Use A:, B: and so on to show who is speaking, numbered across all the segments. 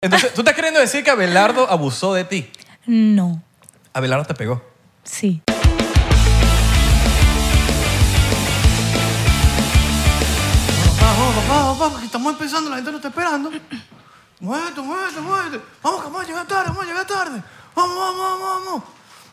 A: Entonces, ¿tú estás queriendo decir que Abelardo abusó de ti?
B: No,
A: Abelardo te pegó.
B: sí.
C: Vamos, vamos, vamos, vamos, que estamos empezando, la gente nos está esperando. Muévete, muévete, muévete. Vamos, que vamos a llegar tarde, vamos a llegar tarde. Vamos, vamos, vamos, vamos.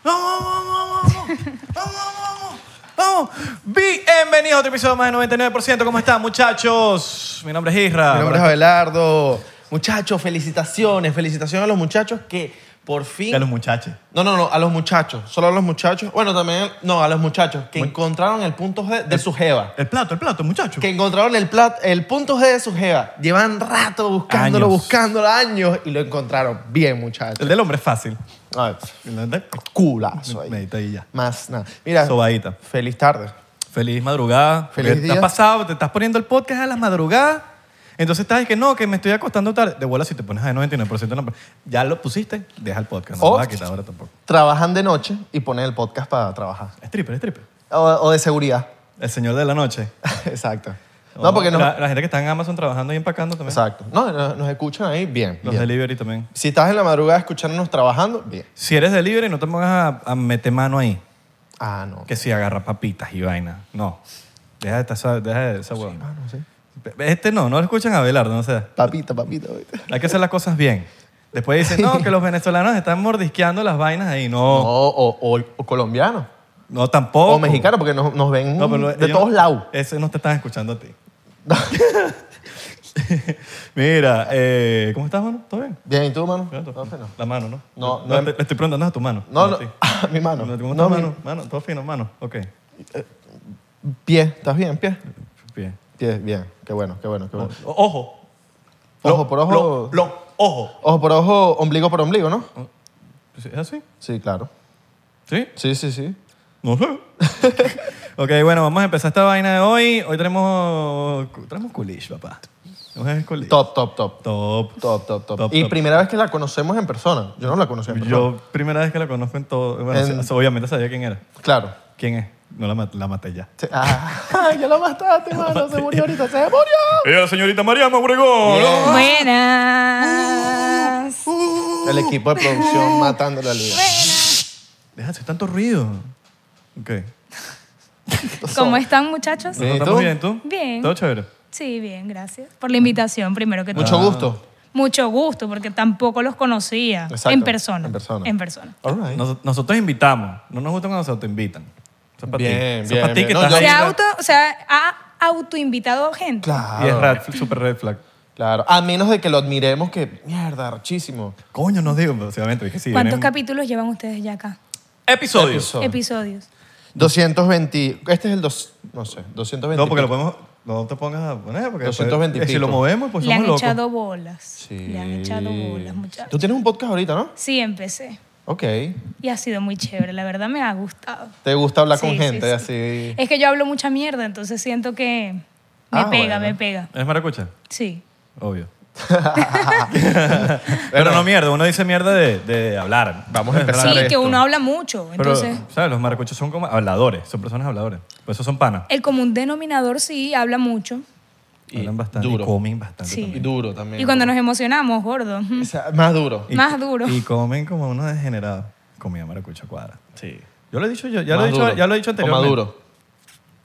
C: Vamos, vamos, vamos, vamos. Vamos, vamos,
A: Vamos, bienvenidos a otro episodio más de 99%. ¿Cómo están, muchachos? Mi nombre es Isra.
C: Mi nombre es Abelardo. Muchachos, felicitaciones, felicitaciones a los muchachos que por fin...
A: Ya los muchachos.
C: No, no, no, a los muchachos, solo a los muchachos. Bueno, también, no, a los muchachos que encontraron el punto G de su jeva.
A: El plato, el plato, muchachos.
C: que encontraron el, plat- el punto G de su jeva. Llevan rato buscándolo,
A: Años.
C: buscándolo años y lo encontraron. Bien, muchachos.
A: El del hombre es fácil.
C: A ver, culazo ahí.
A: Medita y ya.
C: Más nada. Mira,
A: Sobadita.
C: feliz tarde.
A: Feliz madrugada.
C: Feliz
A: Porque te has
C: día.
A: pasado, te estás poniendo el podcast a las madrugadas. Entonces estás de que no, que me estoy acostando tarde. De bola, si te pones a 99%, no, ya lo pusiste, deja el podcast. No
C: O-
A: lo vas a quitar ahora tampoco.
C: Trabajan de noche y ponen el podcast para trabajar.
A: Stripper, stripper.
C: O, o de seguridad.
A: El señor de la noche. Oh,
C: Exacto. No, porque no.
A: La, la gente que está en Amazon trabajando y empacando también.
C: Exacto. No, no, nos escuchan ahí bien.
A: ¿Eh? Los
C: bien.
A: delivery también.
C: Si estás en la madrugada escuchándonos trabajando, bien.
A: Si eres delivery, no te pongas a, a meter mano ahí.
C: Ah, no.
A: Que si agarra papitas y vaina. No. Deja de estar esa, deja de esa huevona.
C: Ah, no sé.
A: Este no, no lo escuchan a Belardo, no sé.
C: Papita, papita. papita.
A: Hay que hacer las cosas bien. Después dicen, no, que los venezolanos están mordisqueando las vainas ahí.
C: No,
A: No,
C: o, o, o colombiano.
A: no, tampoco.
C: O mexicano, porque nos, nos ven
A: No, pero
C: de
A: ellos-
C: todos lados.
A: Ese no te están escuchando a ti. Mira, eh, ¿cómo estás, mano? ¿Todo bien?
C: Bien, ¿y tú, mano?
A: Bien, todo
C: No,
A: fino.
C: fino.
A: La mano, ¿no?
C: No, no,
A: te- le estoy preguntando a tu mano.
C: No,
A: a ti.
C: no. Ah, mi mano.
A: ¿Cómo
C: No,
A: estás,
C: mi-
A: mano? Mano, todo fino, mano. Ok.
C: Pie, ¿estás bien, pie?
A: Bien.
C: Pie, bien. Qué bueno, qué bueno, qué bueno.
A: O- Ojo.
C: Ojo
A: Lo-
C: por ojo.
A: lo- Ah. lo- ojo.
C: Ojo por ojo, ombligo por ombligo, ¿no?
A: ¿Es así?
C: Sí, claro.
A: ¿Sí?
C: Sí, sí, sí.
A: No sé. ok, bueno, vamos a empezar esta vaina de hoy. Hoy tenemos. Tenemos culish, papá. Tenemos el culish.
C: Top, top, top.
A: Top.
C: Top, top, top.
A: Top,
C: y
A: top.
C: primera vez que la conocemos en persona. Yo no la conocí en persona.
A: Yo, primera vez que la conozco en todo. Bueno,
C: En-
A: sí, obviamente sabía quién era.
C: Claro.
A: ¿Quién es? No la, mat- la maté ya.
C: Sí. Ah, ya la mataste, mano. Se murió ahorita, se murió.
A: ¡Ella, la señorita María Mauregón!
C: Oh.
B: Buenas.
C: El equipo de producción matando la liga.
A: Deja de hacer tanto ruido. Ok.
B: ¿Cómo están, muchachos?
C: Bien. ¿Y
A: ¿Estamos
C: tú?
A: bien, tú?
B: Bien.
A: ¿Todo chévere?
B: Sí, bien, gracias. Por la invitación, primero que todo.
C: Mucho gusto.
B: Mucho gusto, porque tampoco los conocía
C: Exacto,
B: en persona.
C: en persona.
B: En persona.
C: All right.
A: Nos- nosotros invitamos. No nos gusta cuando se autoinvitan. Eso es para ti.
C: Bien,
A: Eso es para ti
C: bien, bien.
A: que
C: No,
A: estás
C: yo-
B: Se
A: ahí.
B: ha auto, o sea, ha autoinvitado gente.
A: Y es
C: Claro.
A: red, super red flag.
C: Claro. A menos de que lo admiremos, que mierda, archísimo.
A: Coño, no digo, pero obviamente. Que sí,
B: ¿Cuántos
A: vienen-
B: capítulos llevan ustedes ya acá?
A: Episodios.
C: Episodio.
B: Episodios.
C: 220. Este es el dos, no sé, 220.
A: No, porque lo podemos. No te pongas a poner, porque. después-
C: 220 y
A: eh, Si lo
C: pico.
A: movemos, pues
B: Le han
A: somos locos.
B: echado bolas. Le han echado bolas,
C: Tú
B: muchachos.
C: tienes un podcast ahorita, ¿no?
B: Sí, empecé.
C: Ok.
B: Y ha sido muy chévere, la verdad me ha gustado.
C: ¿Te gusta hablar
B: Sí,
C: con
B: sí,
C: gente
B: sí.
C: así?
B: Es que yo hablo mucha mierda, entonces siento que me
C: Ah,
B: pega,
C: bueno.
B: me pega.
A: ¿Es maracucha?
B: Sí.
A: Obvio. pero no mierda, uno dice mierda de, de hablar.
C: Vamos a
A: Es
C: empezar
B: Sí,
A: raro.
C: esto.
B: que uno habla mucho.
A: Pero,
B: Entonces,
A: ¿sabes? Los maracuchos son como habladores, son personas habladores. Por eso son panas.
B: el común denominador sí habla mucho.
C: Y
A: Hablan bastante,
C: duro.
A: comen bastante.
B: Sí.
C: Y
A: también.
C: duro también.
B: Y cuando nos emocionamos, gordo. ujú.
C: O sea, más duro.
A: Y-
B: Más duro.
A: Y comen como unos degenerados. Comida maracucha cuadra.
C: Sí.
A: Yo lo he dicho yo, ya, lo he dicho, ya lo he dicho
C: O
A: anteriormente.
C: maduro.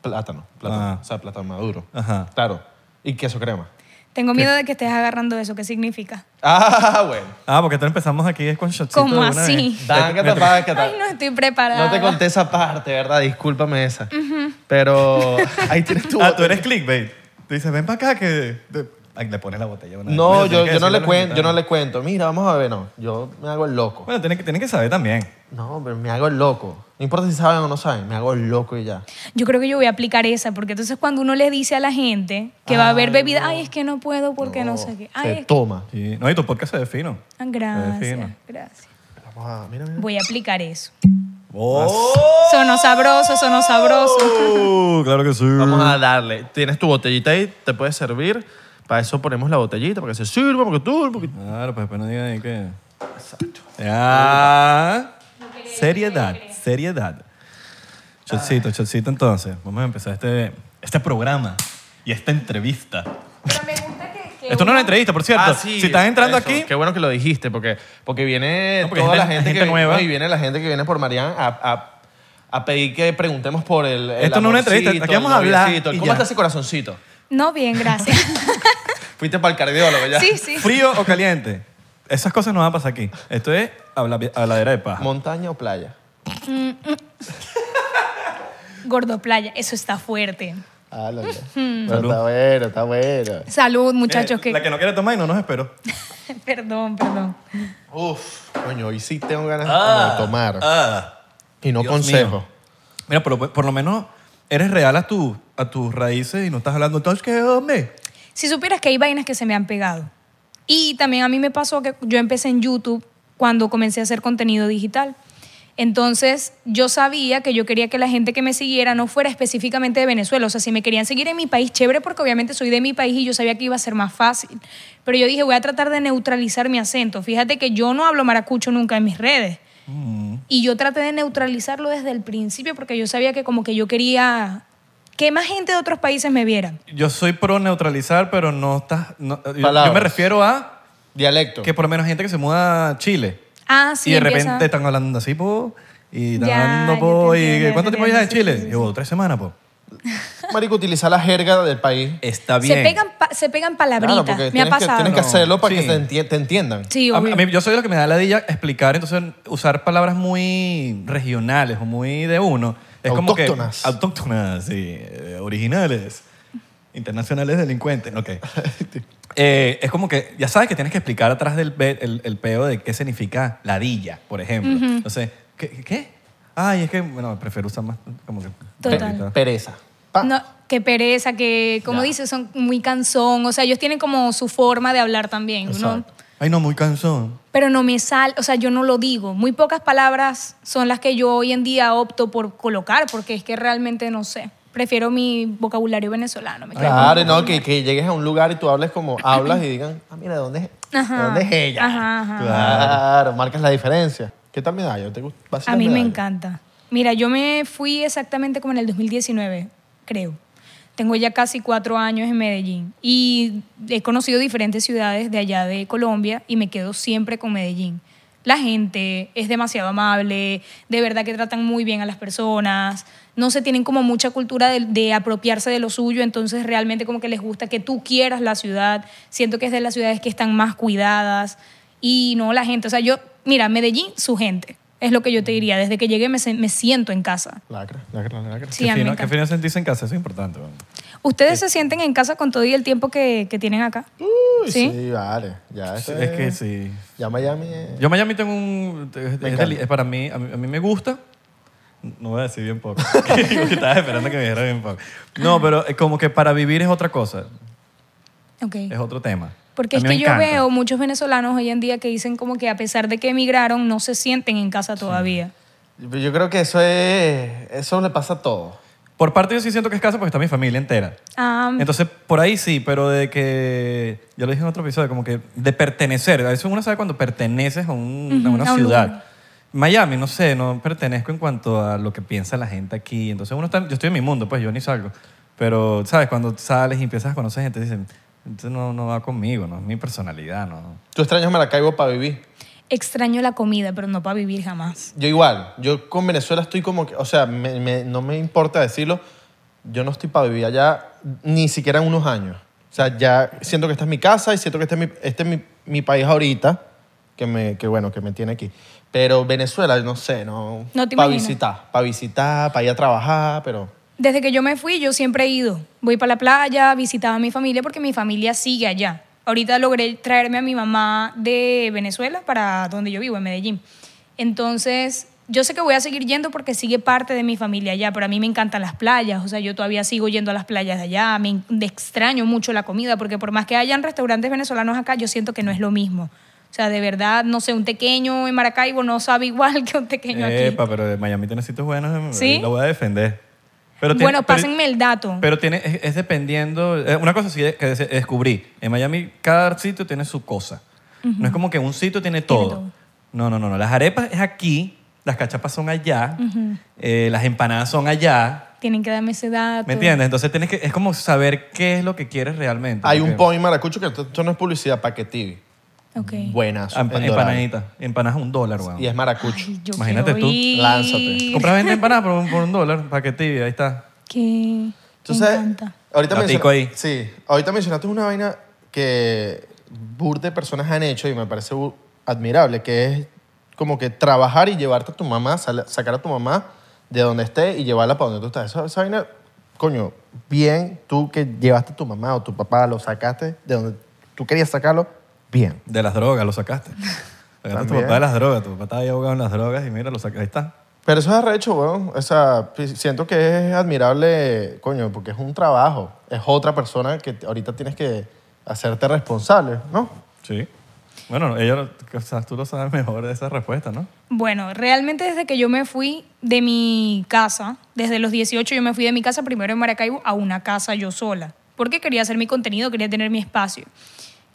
C: Plátano. plátano.
A: Ah.
C: O sea, plátano maduro.
A: Ajá.
C: Claro. Y queso crema.
B: Tengo miedo de que estés agarrando eso. ¿Qué significa?
C: Ah, bueno.
A: Ah, porque entonces empezamos aquí es con shotsitos
B: ¿Cómo
A: de una
B: así?
A: vez.
C: Dángata,
B: Ay,
C: págata.
B: no estoy preparada.
C: No te conté esa parte, ¿verdad? Discúlpame esa. Pero ahí tienes tu
A: Ah, tú eres clickbait. Tú dices, ven para acá que... te- Ay, le pones la botella. una vez.
C: No,
A: Mira,
C: yo,
A: tienes que
C: yo,
A: decirle
C: no
A: a
C: le
A: los
C: cuento, yo no
A: invitados.
C: le cuento. Mira, vamos a ver, no. Yo me hago el loco.
A: Bueno, tienen que, tienen que saber también.
C: No, pero me hago el loco. No importa si saben o no saben, me hago el loco y ya.
B: Yo creo que yo voy a aplicar esa, porque entonces cuando uno le dice a la gente que va a haber bebida, ay, es que no puedo porque no, sé qué. Ay,
C: Se
B: es que...
C: toma.
A: Sí. No, y tu podcast se ve fino.
B: Ah,
A: Se ve
B: Gracias,
A: fino.
B: gracias.
C: Vamos a, mira, mira.
B: Voy a aplicar eso.
A: ¡Oh!
B: Sonó sabroso, sonó sabroso.
A: claro que sí.
C: Vamos a darle. Tienes tu botellita ahí, te puede servir. Para eso ponemos la botellita, para que se sirva, porque tú, porque
A: Claro, pues después no digan ahí que... Ya. Seriedad, seriedad. Chocito, chocito entonces. Vamos a empezar este, este programa y esta entrevista.
B: Pero me gusta que,
A: Esto
B: que
A: no es una
B: uno-
A: entrevista, por cierto.
C: Ah, sí,
A: si estás entrando
C: eso.
A: aquí,
C: Qué bueno que lo dijiste, porque, porque viene
A: No, porque
C: toda
A: gente-
C: la gente,
A: gente
C: que
A: nueva.
C: no, y viene la gente que viene por Marian a, a, a pedir que preguntemos por el. el
A: Esto no es una entrevista,
C: amorcito,
A: aquí vamos
C: el
A: a hablar
C: noviecito, el-
A: y
C: ¿Cómo
A: ya.
C: está ese corazoncito?
B: No, bien, gracias.
C: Fuiste para el cardiólogo ya.
B: sí, sí.
A: frío o caliente. Esas cosas no van a pasar aquí. Esto es habla- habladera de paja.
C: ¿Montaña o playa?
B: Gordo playa, eso está fuerte.
D: Ah, lo que-
A: Salud.
B: Hmm.
D: Pero está bueno, está bueno.
B: Salud, muchachos.
A: Eh,
B: que...
A: La que no quiere tomar y no nos esperó.
B: Perdón, perdón.
C: Uf, coño, hoy sí tengo ganas
A: Ah,
C: de tomar.
A: ah.
C: y no
A: Dios
C: consejo.
A: mío. Mira, pero por lo menos eres real a, tu, a tus raíces y no estás hablando entonces que hombre.
B: Si supieras que hay vainas que se me han pegado. Y también a mí me pasó que yo empecé en YouTube cuando comencé a hacer contenido digital. Entonces yo sabía que yo quería que la gente que me siguiera no fuera específicamente de Venezuela. O sea, si me querían seguir en mi país, chévere, porque obviamente soy de mi país y yo sabía que iba a ser más fácil. Pero yo dije, voy a tratar de neutralizar mi acento. Fíjate que yo no hablo maracucho nunca en mis redes. Y yo traté de neutralizarlo desde el principio porque yo sabía que como que yo quería que más gente de otros países me viera.
A: Yo soy pro neutralizar, pero no estás. no- yo- yo,
C: Palabras.
A: me refiero a
C: Dialecto.
A: que por lo menos gente que se muda a Chile
B: Ah, sí.
A: y de
B: empieza-
A: repente están hablando así, po. Y están
B: Ya,
A: hablando,
B: yo
A: po.
B: te
A: ¿Y
B: entiendo,
A: cuánto
B: yo te
A: tiempo llevas en
B: entiendo,
A: Chile?
B: sí, sí, sí.
A: Llevo tres semanas, po.
C: Marico, utilizar la jerga del país.
A: Está
B: Se pegan, pa- se pegan palabritas.
C: Claro, porque
B: Me ha
C: tienes que,
B: pasado.
C: tienes que
A: No,
C: hacerlo para
A: sí.
C: que te, enti- te entiendan.
B: Sí,
A: A mí-
B: obvio.
A: a mí- yo soy de lo que me da la dilla explicar, entonces usar palabras muy regionales o muy de uno. Es
C: Autóctonas.
A: Como que, autóctonas, sí. eh, originales. Internacionales delincuentes. Ok. Eh, es como que ya sabes que tienes que explicar atrás del pe- el, el peo de qué significa la dilla, por ejemplo. Entonces, ¿qué, ¿qué? Ay, es que, bueno, prefiero usar más como que...
B: Total.
C: Pereza. Pa.
B: No, que pereza, que como dices, son muy cansón. O sea, ellos tienen como su forma de hablar también. ¿no?
A: Exacto. Ay, no, muy cansón.
B: Pero no me sale, o sea, yo no lo digo. Muy pocas palabras son las que yo hoy en día opto por colocar porque es que realmente no sé. Prefiero mi vocabulario venezolano. me quedo
C: Claro, no, que, que llegues a un lugar y tú hables como hablas y digan, ah, mira, ¿de dónde es?
B: con- Ajá.
C: ¿De dónde es ella?
B: Ajá, ajá.
C: Claro, marcas la diferencia. ¿Qué tal medalla? ¿Te gusta? ¿Vas
B: A mí me
C: medalla?
B: encanta. Mira, yo me fui exactamente como en el 2019, creo. Tengo ya casi cuatro años en Medellín y he conocido diferentes ciudades de allá de Colombia y me quedo siempre con Medellín. La gente es demasiado amable, de verdad que tratan muy bien a las personas, no se tienen como mucha cultura de, de apropiarse de lo suyo, entonces realmente como que les gusta que tú quieras la ciudad, siento que es de las ciudades que están más cuidadas y no la gente, o sea, yo, mira, Medellín, su gente, es lo que yo te diría, desde que llegué me, se- me siento en casa.
C: Lacra, lacra, lacra.
B: Sí,
A: qué,
B: a mí me
A: fino, qué
B: encanta.
A: fino sentirse en casa, eso es importante. bueno.
B: ¿Ustedes se sienten en casa con todo y el tiempo que, que tienen acá?
A: Uh.
C: Uy,
B: ¿Sí?
C: ¿Sí? vale. Ya, eso
A: Es que sí.
C: Ya Miami es...
A: Yo Miami tengo un... es- es deli- es para mí, a mí, a mí me gusta. No voy a decir bien poco. Porque Estaba esperando que me dijera bien poco. No, pero es como que para vivir es otra cosa.
B: Ok.
A: Es otro tema.
B: Porque
A: A
B: es
A: mí
B: que
A: me
B: yo
A: encanta.
B: veo muchos venezolanos hoy en día que dicen como que a pesar de que emigraron, no se sienten en casa todavía.
C: Yo yo creo que eso es... Eso le pasa a todos.
A: Por parte yo sí siento que es casa porque está mi familia entera.
B: Ah,
A: Entonces, por ahí sí, pero de que... Ya lo dije en otro episodio, como que de pertenecer. A veces uno sabe cuando perteneces a, un- a
B: Ujú,
A: una
B: a un
A: ciudad.
B: lugar.
A: Miami, no sé, no pertenezco en cuanto a lo que piensa la gente aquí. Entonces uno está... Yo estoy en mi mundo, pues yo ni salgo. Pero, ¿sabes? Cuando sales y empiezas a conocer gente, dicen... Entonces no, no va conmigo, no es mi personalidad, no...
C: Tú extrañas Maracaibo para vivir.
B: extraño la comida, pero no para vivir jamás.
C: Yo igual. Yo con Venezuela estoy como que... O sea, me- me- no me importa decirlo. Yo no estoy para vivir allá ni siquiera en unos años. O sea, ya siento que esta es mi casa y siento que este es mi, este es mi, mi país ahorita. Que, me, que bueno, que me tiene aquí. Pero Venezuela, no sé, no...
B: No te
C: Para
B: imaginas.
C: visitar. Para visitar, para ir a trabajar, pero...
B: Desde que yo me fui, yo siempre he ido. Voy para la playa, visitaba a mi familia porque mi familia sigue allá. Ahorita logré traerme a mi mamá de Venezuela para donde yo vivo, en Medellín. Entonces, yo sé que voy a seguir yendo porque sigue parte de mi familia allá, pero a mí me encantan las playas. O sea, yo todavía sigo yendo a las playas de allá. Me en- de- extraño mucho la comida porque por más que hayan restaurantes venezolanos acá, yo siento que no es lo mismo. O sea, de verdad, no sé, un tequeño en Maracaibo no sabe igual que un tequeño aquí.
A: Epa, pero de Miami tiene sitios buenos,
B: ¿Sí?
A: lo voy a defender. Pero tiene-
B: Bueno,
A: pero-
B: pásenme el dato.
A: Pero tiene, es, es dependiendo. eh, Una cosa sí que des- descubrí. En Miami cada sitio tiene su cosa. No es como que un sitio tiene todo.
B: todo.
A: No, no, no, no. Las arepas es aquí, las cachapas son allá, eh, las empanadas son allá.
B: Tienen que darme ese dato.
A: ¿Me entiendes? Entonces tienes que, es como saber qué es lo que quieres realmente.
C: Hay un
A: Porque-
C: point maracucho que esto, esto no es publicidad, paquetivi.
B: Ok.
C: Buenas.
A: Ah, empa- Empanadita. Empanadas un dólar, weón.
C: Y es maracucho.
B: Ay, yo
A: Imagínate
B: quiero
A: tú,
B: ir.
C: lánzate.
A: Compras 20 empanadas por, un- por un dólar, paquetillo, ahí está.
B: Que
C: Tú
B: me
C: sabes,
B: encanta.
C: ahorita
A: Datico
C: menciona-
A: ahí.
C: Sí, ahorita mencionaste una vaina que burde de personas han hecho y me parece bu- admirable, que es como que trabajar y llevarte a tu mamá, sal- sacar a tu mamá de donde esté y llevarla para donde tú estás. Esa, esa vaina, coño, bien, tú que llevaste a tu mamá o tu papá, lo sacaste de donde tú querías sacarlo, bien.
A: De las drogas, lo sacaste. Sacaste a tu
C: También.
A: papá de las drogas, tu papá estaba ahí ahogado en las drogas y mira, lo sacaste, ahí está.
C: Pero eso es arrecho, weón. O sea, pi- siento que es admirable, coño, porque es un trabajo. Es otra persona que t- ahorita tienes que hacerte responsable, ¿no?
A: Sí. Bueno, ellos, lo- o sea, tú lo sabes mejor de esa respuesta, ¿no?
B: Bueno, realmente desde que yo me fui de mi casa, desde los 18 yo me fui de mi casa primero en Maracaibo a una casa yo sola, porque quería hacer mi contenido, quería tener mi espacio.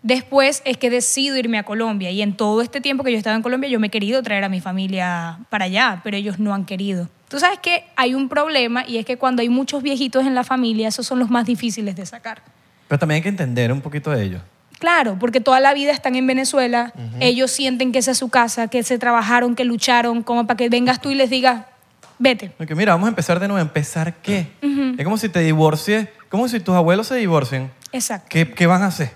B: Después es que decido irme a Colombia y en todo este tiempo que yo estaba en Colombia yo me he querido traer a mi familia para allá, pero ellos no han querido. Tú sabes que hay un problema y es que cuando hay muchos viejitos en la familia, esos son los más difíciles de sacar.
A: Pero también hay que entender un poquito de ellos.
B: Claro, porque toda la vida están en Venezuela, ellos sienten que esa es su casa, que se trabajaron, que lucharon, como para que vengas tú y les digas, vete.
A: Porque mira, vamos a empezar de nuevo. ¿Empezar qué? Es como si te divorcies, como si tus abuelos se divorcien.
B: Exacto,
A: ¿Qué, qué van a hacer?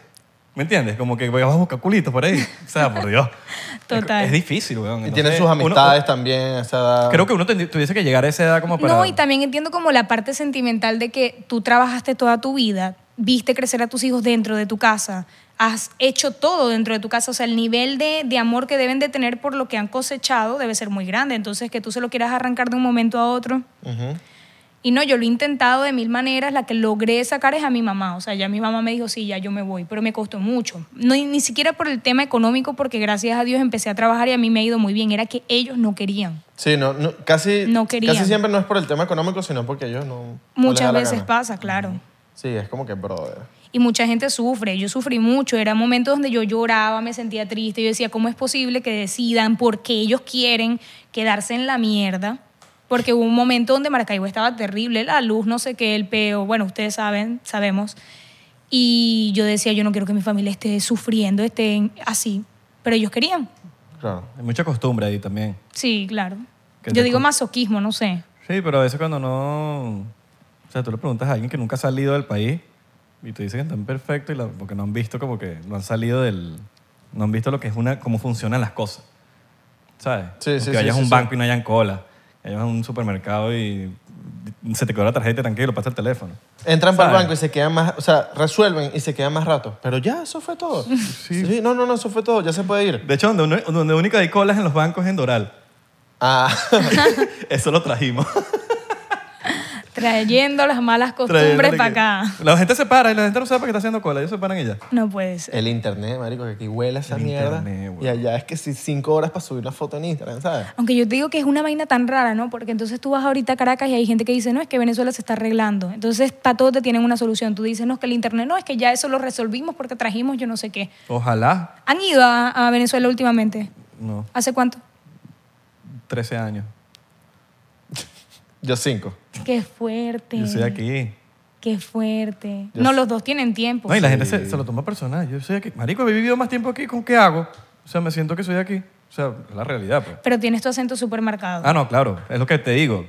A: ¿Me entiendes? Como que vas a buscar culitos por ahí. O sea, por Dios.
B: total.
A: Es, es difícil, weón.
C: y tienen
A: Entonces,
C: sus
A: uno-
C: amistades también a esa edad.
A: Creo que uno tendi- tuviese que llegar a esa edad como para...
B: No, y también entiendo como la parte sentimental de que tú trabajaste toda tu vida, viste crecer a tus hijos dentro de tu casa, has hecho todo dentro de tu casa, o sea, el nivel de, de amor que deben de tener por lo que han cosechado debe ser muy grande, entonces que tú se lo quieras arrancar de un momento a otro. Y no, yo lo he intentado de mil maneras, la que logré sacar es a mi mamá, o sea, ya mi mamá me dijo, sí, ya yo me voy, pero me costó mucho, no, y ni siquiera por el tema económico, porque gracias a Dios empecé a trabajar y a mí me ha ido muy bien, era que ellos no querían.
C: Sí, no, no- casi,
B: No querían.
C: casi siempre no es por el tema económico, sino porque ellos no. no les da
B: Muchas
C: la
B: veces
C: gana.
B: pasa, claro.
C: Sí, es como que, brother.
B: Y mucha gente sufre, yo sufrí mucho, era momentos donde yo lloraba, me sentía triste, yo decía, ¿cómo es posible que decidan por qué ellos quieren quedarse en la mierda? Porque hubo un momento donde Maracaibo estaba terrible, la luz, no sé qué, el peo, bueno, ustedes saben, sabemos. Y yo decía, yo no quiero que mi familia esté sufriendo, esté así, pero ellos querían.
C: Claro.
A: Hay mucha costumbre ahí también.
B: Sí, claro.
A: Que
B: Yo
A: te
B: digo
A: con-
B: masoquismo, no sé.
A: Sí, pero a veces cuando no... O sea, tú le preguntas a alguien que nunca ha salido del país y te dicen que están perfectos y la- porque no han visto como que... No han salido del... No han visto lo que es una... Cómo funcionan las cosas. ¿Sabes?
C: Sí, sí,
A: que vayas
C: sí,
A: a un
C: sí,
A: banco y no hayan cola. Que vayas a un supermercado y se te quedó la tarjeta, tranquilo, pasa el teléfono.
C: Entran para el
A: ¿Sabes?
C: banco y se quedan más, o sea, resuelven y se quedan más rato. Pero ya, eso fue todo. Sí. no, no, no, eso fue todo, ya se puede ir.
A: De hecho, donde, uno- donde única hay colas en los bancos es en Doral.
C: Ah,
A: Eso lo trajimos.
B: Trayendo las malas costumbres
A: Trayéndole
B: para
A: que-
B: acá.
A: La gente se para y la gente no sabe por qué está haciendo cola. Ellos se paran y ya.
B: No puede ser.
C: el internet, marico, que aquí huele esa
A: El
C: mierda.
A: internet, güey.
C: y allá es que sí, cinco horas para subir una foto en Instagram, ¿sabes?
B: Aunque yo te digo que es una vaina tan rara, ¿no? Porque entonces tú vas ahorita a Caracas y hay gente que dice, no, es que Venezuela se está arreglando. Entonces, para todo te tienen una solución. Tú dices, no, es que el Internet, no, es que ya eso lo resolvimos porque trajimos yo no sé qué.
A: Ojalá.
B: ¿Han ido a, a Venezuela últimamente?
A: No,
B: ¿Hace cuánto?
A: 13 años.
C: Yo cinco.
B: Qué fuerte.
A: Yo soy aquí.
B: Qué fuerte.
C: Yo
B: no,
C: sé.
B: los dos tienen tiempo.
A: No, y la gente se, se lo toma personal. Yo soy aquí. Marico, he vivido más tiempo aquí. ¿Con qué hago? O sea, me siento que soy aquí. O sea, es la realidad, pues.
B: Pero tienes tu acento súper marcado.
A: Ah, no, claro. Es lo que te digo.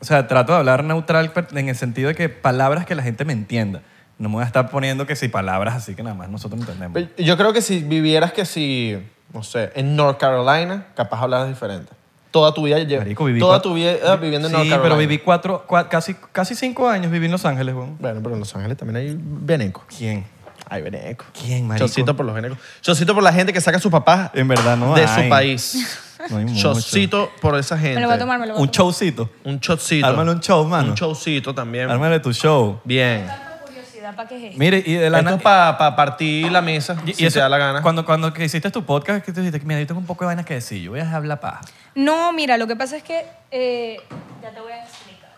A: O sea, trato de hablar neutral per- en el sentido de que palabras que la gente me entienda. No me voy a estar poniendo que si palabras así que nada más nosotros entendemos.
C: Pero yo creo que si vivieras que si, no sé, en North Carolina, capaz hablaras diferente. Toda tu vida lle-
A: Marico, viví
C: toda
A: cuat-
C: tu vida eh, viviendo en
A: sí,
C: North Carolina.
A: pero viví cuatro, cua- casi, casi cinco años viví en Los Ángeles, weón.
C: Bueno, pero en Los Ángeles también hay veneco.
A: ¿Quién?
C: Hay veneco.
A: ¿Quién, marico?
C: Chocito por los venecos. Chocito por la gente que saca a sus papás
A: En verdad no
C: de
A: hay.
C: su país.
A: No hay mucho.
C: Chocito por esa gente.
B: me lo voy a tomar, me lo voy
A: Un
B: a tomar.
A: showcito.
C: Un chocito.
A: Ármale un show, mano.
C: Un showcito también.
A: Ármale tu show.
C: Bien.
B: Tanta curiosidad, ¿para qué es esto?
A: Mire, y de la
C: Esto
A: na-
C: es para partir la mesa,
A: y- y
C: si
A: eso-
C: te da la gana.
A: Cuando, cuando que hiciste tu podcast, que tú dijiste, mira, yo tengo un poco de vainas que decir, yo voy a hablar paja.
B: No, mira, lo que pasa es que eh, ya te voy a explicar.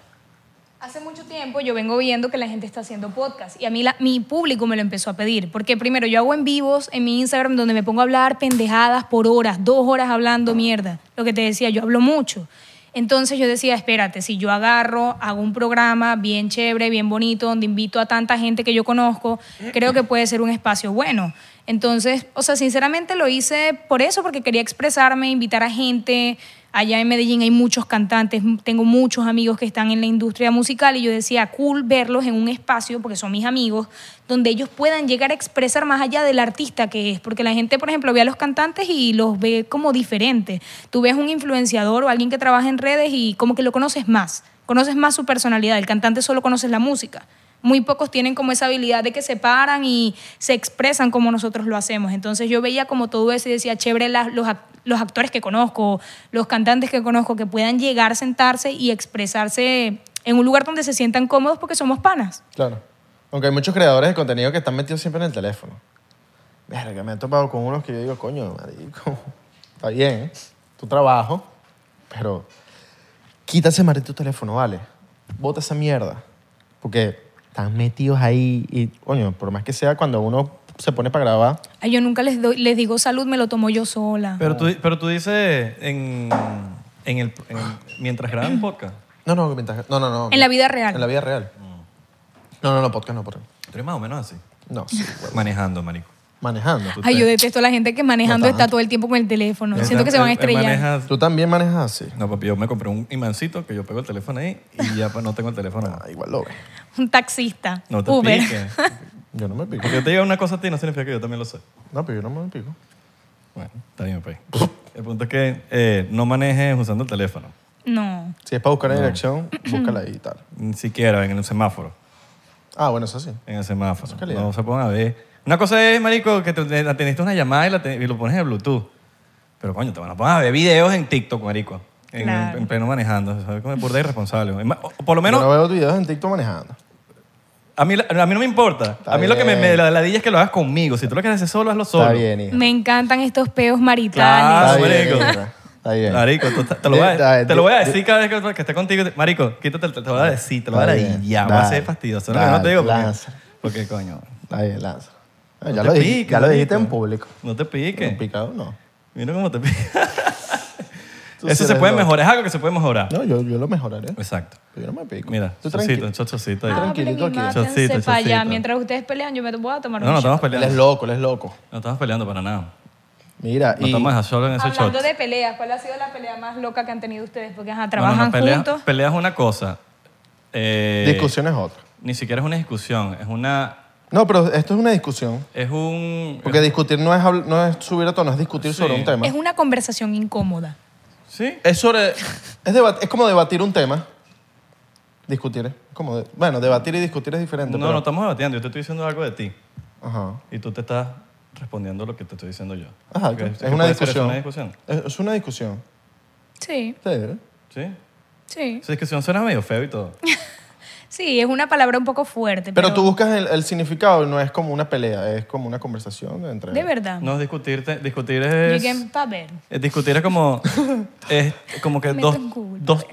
B: Hace mucho tiempo yo vengo viendo que la gente está haciendo podcast y a mí la- mi público me lo empezó a pedir. Porque primero yo hago en vivos en mi Instagram donde me pongo a hablar pendejadas por horas, dos horas hablando mierda. Lo que te decía, yo hablo mucho. Entonces yo decía, espérate, si yo agarro, hago un programa bien chévere, bien bonito, donde invito a tanta gente que yo conozco, creo que puede ser un espacio bueno. Entonces, o sea, sinceramente lo hice por eso, porque quería expresarme, invitar a gente. Allá en Medellín hay muchos cantantes, m- tengo muchos amigos que están en la industria musical y yo decía, cool verlos en un espacio, porque son mis amigos, donde ellos puedan llegar a expresar más allá del artista que es. Porque la gente, por ejemplo, ve a los cantantes y los ve como diferentes. Tú ves un influenciador o alguien que trabaja en redes y como que lo conoces más, conoces más su personalidad. El cantante solo conoces la música. Muy pocos tienen como esa habilidad de que se paran y se expresan como nosotros lo hacemos. Entonces yo veía como todo eso y decía, chévere las- los, ac- los actores que conozco, los cantantes que conozco, que puedan llegar, sentarse y expresarse en un lugar donde se sientan cómodos porque somos panas.
C: Claro. Aunque hay muchos creadores de contenido que están metidos siempre en el teléfono. Verga, me he topado con unos que yo digo, coño, marico, está bien, tu trabajo, pero quita ese maldito tu teléfono, vale. Bota esa mierda. Porque están metidos ahí y, coño, por más que sea, cuando uno se pone para grabar,
B: Ay, yo nunca les, doy- les digo salud, me lo tomo yo sola.
A: Pero tú, pero tú dices en, en el, en- mientras graban podcast.
C: No, no, mientras- no, no, no.
B: En la vida real.
C: En la vida real.
A: Mm.
C: No, no, no, podcast no, podcast.
A: Tú eres más o menos así.
C: No, sí, huevo.
A: Manejando, marico.
C: Manejando.
B: Ay, yo detesto a la gente que manejando
C: No
B: está
C: tanto.
B: todo el tiempo con el teléfono.
A: Él-
B: Siento que se
A: él-
B: van a
A: él
B: estrellar.
A: maneja-
C: Tú también manejas así.
A: No, papi, yo me compré un imancito que yo pego el teléfono ahí y ya pues, no tengo el teléfono.
C: Ah, igual lo ves.
B: Un taxista.
A: No te
B: Uber.
A: piques.
C: Yo no me pico.
A: Porque yo te diga una cosa a ti no significa que yo también lo sé.
C: No, pero yo no me pico.
A: Bueno, está bien, pues. El punto es que eh, no manejes usando el teléfono.
B: No.
C: Si es para buscar la dirección, búscala ahí y tal.
A: Ni siquiera en el semáforo.
C: Ah, bueno, eso sí.
A: En el semáforo.
C: calidad.
A: No se pongan a ver. Una cosa es, marico, que te, atendiste una llamada y, la te- y lo pones en Bluetooth. Pero coño, te van a poner a ver videos en TikTok, marico. En,
B: Claro.
A: en pleno manejando. ¿Sabes cómo es burda irresponsable? Es más, o- o por lo
C: Yo
A: menos,
C: no veo videos en TikTok manejando.
A: a, mí, la- a mí no me importa. a mí lo que me,
C: bien.
A: me la ladilla es que lo hagas conmigo. Si tú lo quieres hacer solo, hazlo solo.
C: Está bien, hija.
B: Me encantan estos peos maritales.
A: Claro.
C: Está bien,
A: marico.
C: hija. Está bien.
A: Marico, tú te, te lo voy
C: Está
A: a,
C: bien,
A: te lo voy a
C: di-
A: decir cada vez que, que esté contigo. Marico, quítate el te lo voy a decir, te lo voy a
C: Está bien,
A: ladillar. Va a
C: dale,
A: ser fastidioso. No, que no te
C: dale,
A: digo porque,
C: lánzala.
A: porque coño.
C: Está bien, lanza. Ah,
A: no
C: ya
A: te
C: lo, dij-
A: piques,
C: ya lo
A: marico.
C: dijiste en público.
A: No te
C: ¿Qué?
A: piques.
C: picado no.
A: Mira cómo te pica.
C: Tú sí
A: Eso se
C: eres
A: puede
C: loco.
A: mejorar. Es algo que se puede mejorar.
C: No, yo, yo lo mejoraré.
A: Exacto.
C: Pero yo no me pico.
A: Pues, Mira,
C: tú
A: chocito,
C: tranquilo.
A: un chocito ahí.
B: Ah,
C: Tranquilito aquí.
B: mátense
A: Chocito,
B: pa' allá.
A: chocito.
B: Mientras ustedes pelean, yo me voy a tomar
A: No, no
B: un
A: estamos
B: shot.
C: Él es
A: peleando.
C: loco, él es loco.
A: No estamos peleando para nada.
C: Mira,
A: No
C: y
A: estamos a solo en ese shot.
B: Hablando de peleas, ¿cuál ha sido la pelea más loca que han tenido ustedes? Porque
A: No, no,
B: ajá,
A: no,
B: trabajan
A: pelea-
B: juntos.
A: Pelea es una cosa. Eh,
C: discusión es otra.
A: Ni siquiera es una discusión. Es una.
C: No, pero esto es una discusión.
A: Es un.
C: Porque discutir no es, habl- no es subir a tono, es discutir
A: Sí.
C: sobre un tema.
B: Es una conversación incómoda.
A: Sí.
C: Es sobre. Es, debat- es como debatir un tema. Discutir. es Como de- bueno, debatir y discutir es diferente.
A: No,
C: pero-
A: no estamos debatiendo. Yo te estoy diciendo algo de ti.
C: Ajá.
A: Y tú te estás respondiendo lo que te estoy diciendo yo.
C: Ajá,
A: ¿Qué-
C: que-
A: qué
C: es, una
A: puede ser eso?
C: discusión.
A: una discusión.
C: Es, es una discusión.
B: Sí,
C: Sí, ¿eh?
A: Sí.
B: sí.
A: Esa discusión suena medio feo y todo.
B: Sí, es una palabra un poco fuerte. Pero,
C: Pero tú buscas el, el significado, no es como una pelea, es como una conversación entre.
B: De verdad.
A: No, discutirte, discutir
B: Yo
A: es...
B: que, pa' ver.
A: Eh, Discutir es como, es como que
B: Meto
A: dos,
B: en Google.
A: dos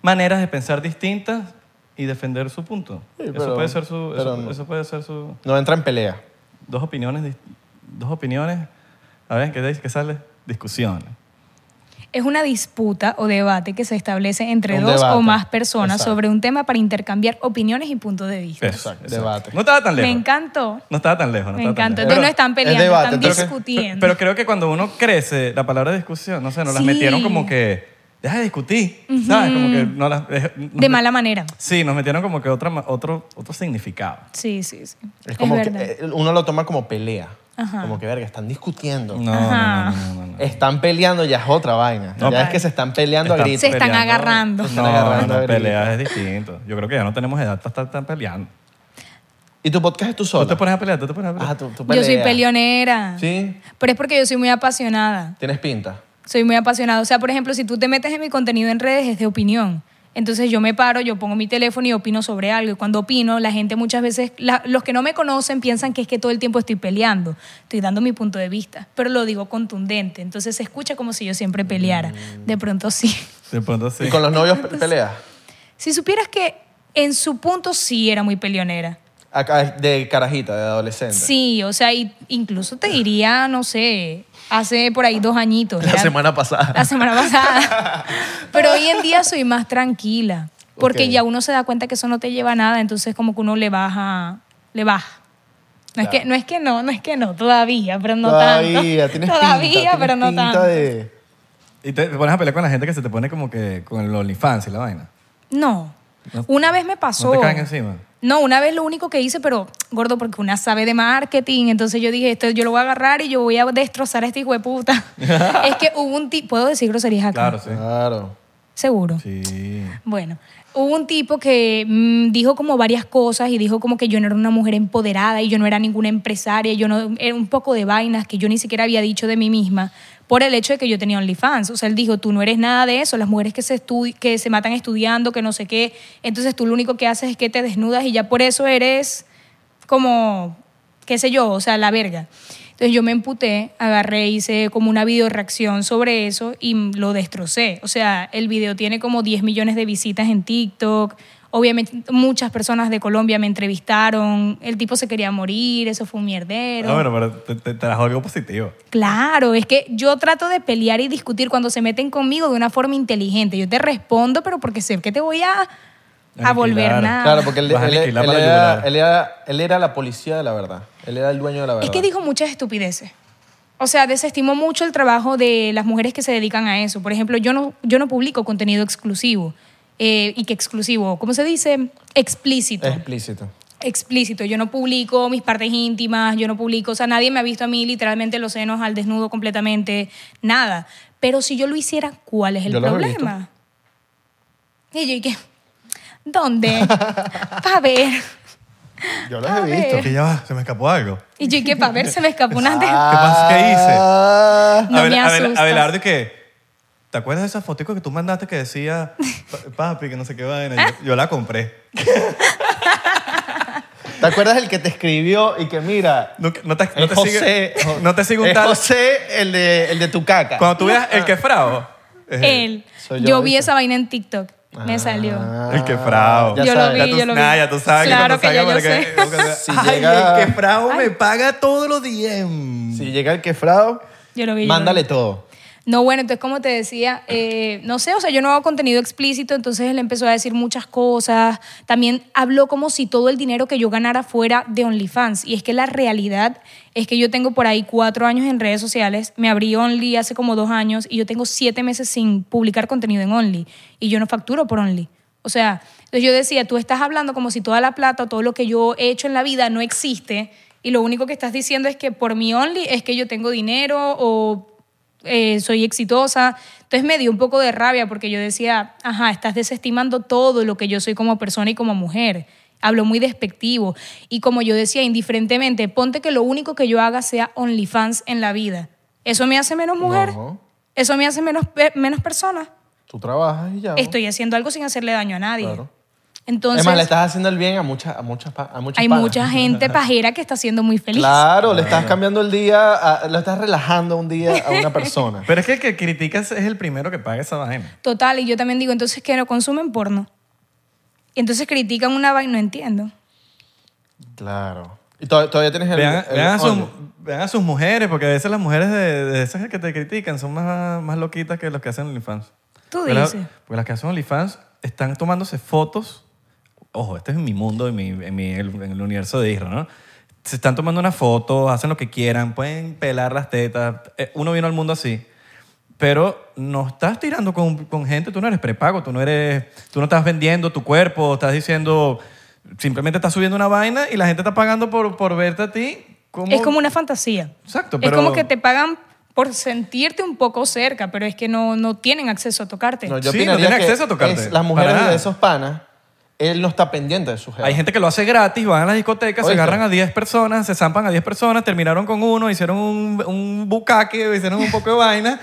A: maneras de pensar distintas y defender su punto.
C: Sí,
A: eso
C: pero-
A: puede ser su,
C: pero
A: eso,
C: no.
A: eso puede ser su,
C: No entra en pelea.
A: dos opiniones, dis- dos opiniones. A ver, ¿qué, dice- qué sale? Discusión.
B: Es una disputa o debate que se establece entre
C: Un
B: dos o
C: debate.
B: más personas
C: Exacto.
B: sobre un tema para intercambiar opiniones y puntos de vista.
C: Exacto, debate.
A: No estaba tan
B: Me
A: lejos.
B: encantó.
A: No estaba tan lejos. No
B: Me
A: estaba tan
B: encantó.
A: lejos.
B: Entonces
C: Pero
B: no están
C: es
B: peleando,
C: debate,
B: están
C: pero que-
A: Pero,
B: discutiendo.
A: pero creo que cuando uno crece, la palabra discusión, no sé, nos las
B: Sí.
A: metieron como que, deja de discutir, ¿sabes? Como que no las... eh, nos
B: de
A: met-
B: mala manera.
A: Sí, nos metieron como que otra, ma- otro, otro significado.
B: Sí, sí, sí. Es,
C: Es como que
B: verdad.
C: eh, uno lo toma como pelea.
B: Ajá.
C: Como que, verga, están discutiendo.
A: No, no,
B: Ajá.
A: no, no, no, no.
C: Están peleando, ya es otra vaina.
A: No,
C: ya es
A: pa-
C: que se están peleando a
A: Están
C: gritos.
B: Se están agarrando.
A: No,
C: Se están agarrando
A: no,
C: a gritos.
A: peleas es distinto. Yo creo que ya no tenemos edad para estar tan peleando.
C: Y tu podcast es tú
A: Tú
C: solo.
A: te pones a pelear, tú te pones a pelear.
C: Ah, tú, tú
B: yo soy
C: peleas.
B: peleonera.
C: Sí,
B: Pero es porque yo soy muy apasionada.
C: tienes pinta.
B: Soy muy apasionada. O sea, por ejemplo, si tú te metes en mi contenido en redes es de opinión. Entonces yo me paro, yo pongo mi teléfono y opino sobre algo. Y cuando opino, la gente muchas veces, la- los que no me conocen piensan que es que todo el tiempo estoy peleando. Estoy dando mi punto de vista, pero lo digo contundente. Entonces se escucha como si yo siempre peleara. De pronto sí.
A: De pronto sí.
C: ¿Y con los novios pe- peleas?
B: Si supieras que en su punto sí era muy peleonera.
C: Acá, de carajita, de adolescente.
B: Sí, o sea, y- incluso te diría, no sé, hace por ahí dos añitos.
C: La
B: ya-
C: semana pasada.
B: La semana pasada. Pero hoy en día soy más tranquila, porque
C: Ok.
B: ya uno se da cuenta que eso no te lleva a nada, entonces como que uno le baja, le baja. No, es que, no es que no, no es que no, todavía, pero no
C: Todavía,
B: tanto.
C: tienes
B: todavía,
C: pinta,
B: pero
C: tienes
B: no
C: pinta
B: tanto.
C: de-
A: Y te te pones a pelear con la gente que se te pone como que con el OnlyFans y la vaina.
B: No.
A: No-
B: Una vez me pasó.
A: ¿No te caen encima?
B: No, una vez lo único que hice, pero gordo, porque una sabe de marketing, entonces yo dije, esto yo lo voy a agarrar y yo voy a destrozar a este hijo de puta. es que hubo un tipo, ¿puedo decir groserías acá?
A: Claro, sí.
C: Claro.
B: Seguro.
A: Sí.
B: Bueno, hubo un tipo que mm, dijo como varias cosas y dijo como que yo no era una mujer empoderada y yo no era ninguna empresaria, yo no era un poco de vainas que yo ni siquiera había dicho de mí misma por el hecho de que yo tenía OnlyFans. O sea, él dijo, tú no eres nada de eso, las mujeres que se, estu- que se matan estudiando, que no sé qué, entonces tú lo único que haces es que te desnudas y ya por eso eres como, qué sé yo, o sea, la verga. Entonces yo me emputé, agarré, hice como una video reacción sobre eso y m- lo destrocé. O sea, el video tiene como 10 millones de visitas en TikTok. Obviamente muchas personas de Colombia me entrevistaron. El tipo se quería morir, eso fue un mierdero.
A: No, Ah, bueno, pero te, te trajo algo positivo.
B: Claro, es que yo trato de pelear y discutir cuando se meten conmigo de una forma inteligente. Yo te respondo, pero porque sé que te voy a, a
A: Aniquilar.
B: volver nada.
C: Claro, porque él,
A: Vas a
C: él-
A: aniquilar
C: él
A: para
C: era,
A: yugular.
C: él era- él era la policía de la verdad. Él era el dueño de la verdad.
B: Es que dijo muchas estupideces. O sea, desestimó mucho el trabajo de las mujeres que se dedican a eso. Por ejemplo, yo no, yo no publico contenido exclusivo. eh, y que exclusivo, ¿cómo se dice? Explícito.
C: Explícito.
B: Explícito. Yo no publico mis partes íntimas, yo no publico, o sea, nadie me ha visto a mí literalmente los senos al desnudo completamente, nada. Pero si yo lo hiciera, ¿cuál es el
C: Yo los he
B: problema? Y yo, ¿y qué? ¿Dónde? Pa' ver.
C: Yo
B: A ver.
A: Que ya va, se me escapó algo.
B: Y yo, ¿y qué? Pa' ver, se me escapó una antes.
A: ¿Qué pasa? ¿Qué hice?
C: Ah,
B: No
A: Abel-
B: me
A: Abel-
B: asustas.
A: Abelardo, ¿y qué? ¿Te acuerdas de esa fotico que tú mandaste que decía "Pa- papi, que no sé qué vaina? Yo, yo la compré.
C: ¿Te acuerdas el que te escribió y que mira?
A: No, no te, no
C: es
A: te
C: José,
A: sigue,
C: Jo-
A: no te sigue un
C: es
A: tal.
C: José, el de, el de tu caca.
A: Cuando tú veas el que es frao. Eh, es
B: Él. Yo,
C: Soy yo,
B: vi
C: ¿viste? Ah,
B: esa vaina en Tiktok. Me salió.
A: El que frao.
C: ya
B: yo
C: sabes.
B: lo
A: Ya
B: vi,
A: tú,
B: yo lo vi.
A: nah, ya tú sabes
B: claro
A: que
B: que,
A: cuando
B: ya yo
A: salga
B: sé.
A: para que-
C: Si
A: Ay,
C: llega-
A: el que frao me paga todos los DM.
C: Si llega el quefrado,
B: Yo lo vi. yo lo vi.
C: mándale todo.
B: No, bueno, entonces como te decía, eh, no sé, o sea, yo no hago contenido explícito, entonces él empezó a decir muchas cosas. También habló como si todo el dinero que yo ganara fuera de OnlyFans. Y es que la realidad es que yo tengo por ahí cuatro años en redes sociales, me abrí Only hace como dos años y yo tengo siete meses sin publicar contenido en Only y yo no facturo por Only. O sea, entonces yo decía, tú estás hablando como si toda la plata o todo lo que yo he hecho en la vida no existe y lo único que estás diciendo es que por mi Only es que yo tengo dinero o eh, soy exitosa. Entonces me dio un poco de rabia porque yo decía, ajá, estás desestimando todo lo que yo soy como persona y como mujer. Hablo muy despectivo. Y como yo decía, indiferentemente, ponte que lo único que yo haga sea OnlyFans en la vida. ¿Eso me hace menos mujer?
C: No.
B: ¿Eso me hace menos, pe- menos persona?
C: Tú trabajas y ya.
B: Estoy haciendo algo sin hacerle daño a nadie.
C: Claro.
B: Entonces,
C: es más, le estás haciendo el bien a muchas a muchas pa- a muchas
B: hay
C: panas.
B: mucha gente pajera que está siendo muy feliz.
C: Claro, le estás cambiando el día, a- lo estás relajando un día a una persona.
A: Pero es que el que criticas es el primero que paga esa vaina.
B: Total, y yo también digo, entonces que no consumen porno. Y entonces critican una vaina, no entiendo.
C: claro. Y to- todavía tienes el...
A: Vean,
C: el-
A: vean a sus,
C: Oye,
A: vean a sus mujeres, porque a veces las mujeres de, de esas que te critican son más, más loquitas que los que hacen OnlyFans.
B: Tú
A: Porque la-
B: dices.
A: porque las que hacen OnlyFans están tomándose fotos. Ojo, este es mi mundo, en, mi, en, mi- en el universo de Isra, ¿no? Se están tomando una foto, hacen lo que quieran, pueden pelar las tetas. Eh, Uno vino al mundo así. Pero no estás tirando con, con gente, tú no eres prepago, tú no eres, tú no estás vendiendo tu cuerpo, estás diciendo, simplemente estás subiendo una vaina y la gente está pagando por, por verte a ti. Como,
B: Es como una fantasía.
A: Exacto,
B: Es
A: pero-
B: como que te pagan por sentirte un poco cerca, pero es que no, no tienen acceso a tocarte.
C: No, yo
A: Sí, no
C: opinaría
A: tiene
C: que
A: acceso a tocarte,
C: es- las
A: para
C: mujeres
A: nada.
C: de esos panas, él no está pendiente de su jefe.
A: Hay gente que lo hace gratis, van a las discotecas, se
C: Oíste.
A: agarran a 10 personas, se zampan a 10 personas, terminaron con uno, hicieron un, un bucaque, hicieron un poco de vaina.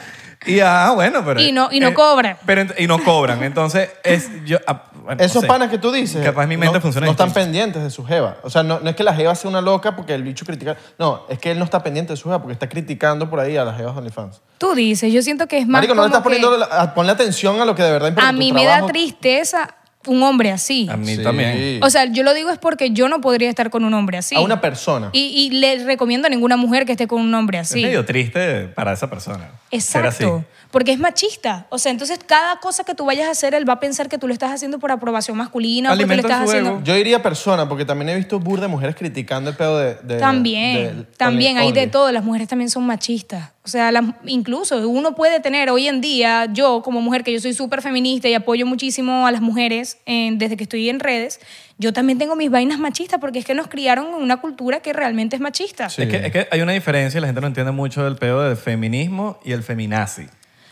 A: Y ah, bueno, pero.
B: Y no- y no cobran.
A: Pero, ent- y no cobran. Entonces, es. Yo, ah, bueno, no
C: Esos
A: sé.
C: panas que tú dices.
A: Capaz mi mente
C: no,
A: funciona
C: No están
A: distinto.
C: pendientes de su jeva. O sea, no, no es que la jeva sea una loca porque el bicho critica. No, es que él no está pendiente de su jeva porque está criticando por ahí a las jevas de OnlyFans.
B: Tú dices, yo siento que es más
C: Marico, no le
B: como
C: estás poniendo.
B: que
C: la- a- ponle atención a lo que de verdad importa.
B: A
C: tu
B: mí me da
C: trabajo.
B: tristeza un hombre así.
A: A mí
C: Sí.
A: también.
B: O sea, yo lo digo es porque yo no podría estar con un hombre así.
C: A una persona.
B: Y, y le recomiendo a ninguna mujer que esté con un hombre
A: Es
B: así.
A: medio triste para esa persona. ser así.
B: Exacto, porque es machista. O sea, entonces cada cosa que tú vayas a hacer, él va a pensar que tú lo estás haciendo por aprobación masculina, porque lo
A: Alimenta
B: estás
A: el fuego.
B: haciendo...
C: Yo diría persona, porque también he visto burda de mujeres criticando el pedo de... de-
B: También,
C: del
B: también
C: only-
B: hay de
C: only.
B: todo. Las mujeres también son machistas. O sea, las- incluso uno puede tener hoy en día, yo como mujer, que yo soy súper feminista y apoyo muchísimo a las mujeres en- desde que estoy en redes, yo también tengo mis vainas machistas porque es que nos criaron en una cultura que realmente es machista.
A: Es, que, es que hay una diferencia y la gente no entiende mucho del pedo del feminismo y el feminazi.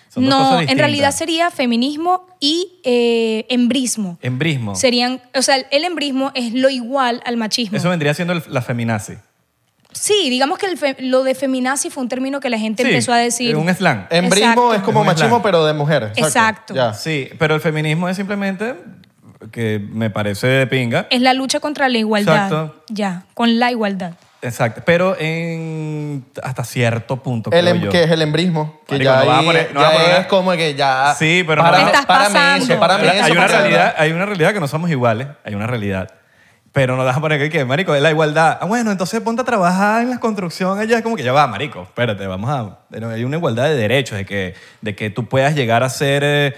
A: Son dos cosas
B: no, en
A: distintas.
B: realidad sería feminismo y eh, embrismo.
A: Embrismo.
B: Serían, o sea, el embrismo es lo igual al machismo.
A: Eso vendría siendo el- la feminazi.
B: Sí, digamos que el fe- lo de feminazi fue un término que la gente
A: Sí,
B: empezó a decir.
A: es un slang.
C: Embrismo
B: Exacto.
C: es como
A: Es un
C: machismo,
A: slang.
C: pero de mujeres.
B: Exacto.
C: Ya.
A: Sí, pero el feminismo es simplemente que me parece de pinga.
B: Es la lucha contra la igualdad.
A: Exacto.
B: Ya, con la igualdad.
A: Exacto. Pero en hasta cierto punto.
C: El
A: creo
C: em-
A: yo.
C: que es el embrismo. Que
A: Marico,
C: ya,
A: no va a
C: ahí-
A: poner- no
C: ya
A: va a poner-
C: es como que ya...
A: Sí, pero no-
C: párame-
A: Te estás
C: párame
B: pasando.
C: eso, párame
A: hay
C: eso,
A: una
C: porque-
A: realidad hay una realidad que no somos iguales hay una realidad pero no das a poner que, que, marico es la igualdad ah bueno entonces ponte a trabajar en la construcción allá es como que ya va marico espérate vamos a pero hay una igualdad de derechos de que de que tú puedas llegar a ser eh,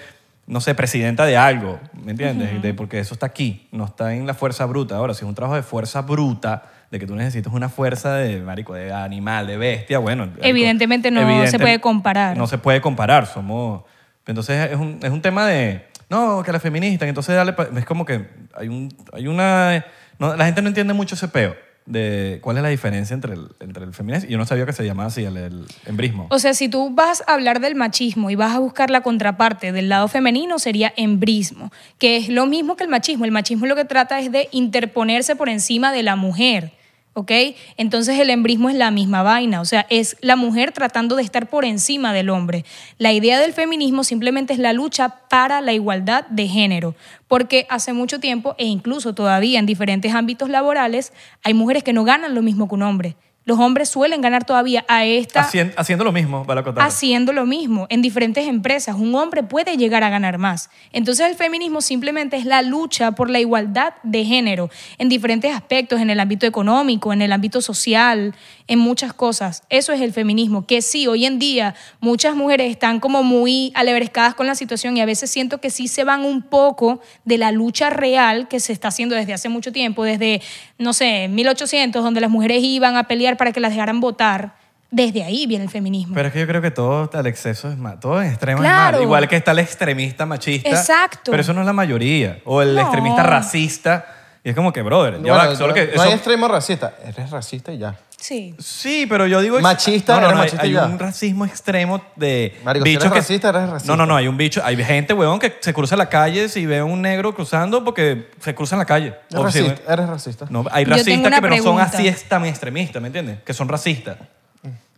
A: no sé presidenta de algo ¿me entiendes? De- porque eso está aquí no está en la fuerza bruta ahora si es un trabajo de fuerza bruta de que tú necesitas una fuerza de marico de animal de bestia bueno marico,
B: Evidentemente no se puede comparar.
A: no se puede comparar, somos... Entonces es un, es un tema de, no, que la feminista, que entonces dale... pa- Es como que hay, un, hay una... no, la gente no entiende mucho ese peo de cuál es la diferencia entre el, entre el feminismo. Yo no sabía que se llamaba así el, el embrismo.
B: O sea, si tú vas a hablar del machismo y vas a buscar la contraparte del lado femenino, sería embrismo, que es lo mismo que el machismo. El machismo lo que trata es de interponerse por encima de la mujer. ¿Ok? Entonces el embrismo es la misma vaina, o sea, es la mujer tratando de estar por encima del hombre. La idea del feminismo simplemente es la lucha para la igualdad de género, porque hace mucho tiempo e incluso todavía en diferentes ámbitos laborales hay mujeres que no ganan lo mismo que un hombre. Los hombres suelen ganar todavía a esta
A: Hacien- haciendo lo mismo, para acotar.
B: haciendo lo mismo en diferentes empresas. Un hombre puede llegar a ganar más. Entonces el feminismo simplemente es la lucha por la igualdad de género en diferentes aspectos, en el ámbito económico, en el ámbito social, en muchas cosas. Eso es el feminismo, que sí, hoy en día muchas mujeres están como muy aleberescadas con la situación y a veces siento que sí se van un poco de la lucha real que se está haciendo desde hace mucho tiempo, desde, no sé, 1800, donde las mujeres iban a pelear para que las dejaran votar. Desde ahí viene el feminismo.
A: Pero es que yo creo que todo al exceso es mal, todo en extremo es
B: Claro.
A: mal. Igual que está el extremista machista.
B: Exacto.
A: Pero eso no es la mayoría. O el
B: No.
A: extremista racista. Y es como que, brother, ya
C: Bueno,
A: va, solo que
C: no hay
A: eso-
C: extremo racista. Eres racista y ya.
B: Sí.
A: Sí, pero yo digo...
C: Machista,
A: no, no,
C: eres
A: no, hay-
C: machista
A: hay,
C: y ya.
A: un racismo extremo de...
C: Marico, si eres racista, eres racista.
A: No, no, no, hay un bicho, hay gente, weón, que se cruza la calle si ve a un negro cruzando porque se cruza en la calle.
C: Eres
A: O si ve-
C: racista. Eres racista.
A: Oh, no, hay
B: Yo tengo
A: racistas
B: una
A: que pero no son
B: pregunta.
A: así es tan extremistas, ¿me entiendes? Que son racistas.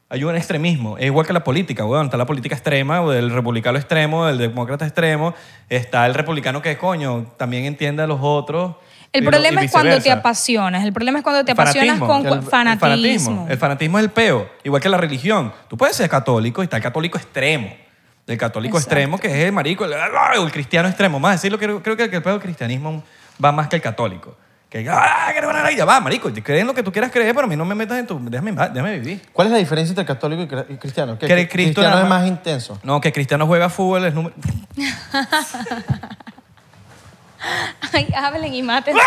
A: Hay un extremismo. Es igual que la política, weón. Está la política extrema, o del republicano extremo, del demócrata extremo. Está el republicano que, coño, también entiende a los otros.
B: El
A: y lo-
B: problema
A: y
B: es cuando te
A: viceversa.
B: apasionas. El problema es cuando te
A: El
B: apasionas
A: fanatismo.
B: con
A: El-
B: con-
A: el
B: fanatismo.
A: fanatismo. El fanatismo es el peo, igual que la religión. Tú puedes ser católico y está el católico extremo. El católico
B: Exacto.
A: extremo que es el marico, el, o el cristiano extremo. Más decirlo, creo, creo que el pedo del cristianismo va más que el católico. Que ah, que no van a- ya va, marico, creen lo que tú quieras creer, pero a mí no me metas en tu... Déjame, en paz, déjame vivir.
C: ¿Cuál es la diferencia entre católico y cre- y cristiano? Que,
A: Que el
C: cri-
A: Cristo
C: cristiano
A: nada
C: es
A: más-
C: más intenso.
A: No, que cristiano juega fútbol es número...
B: Ay, hablen y maten.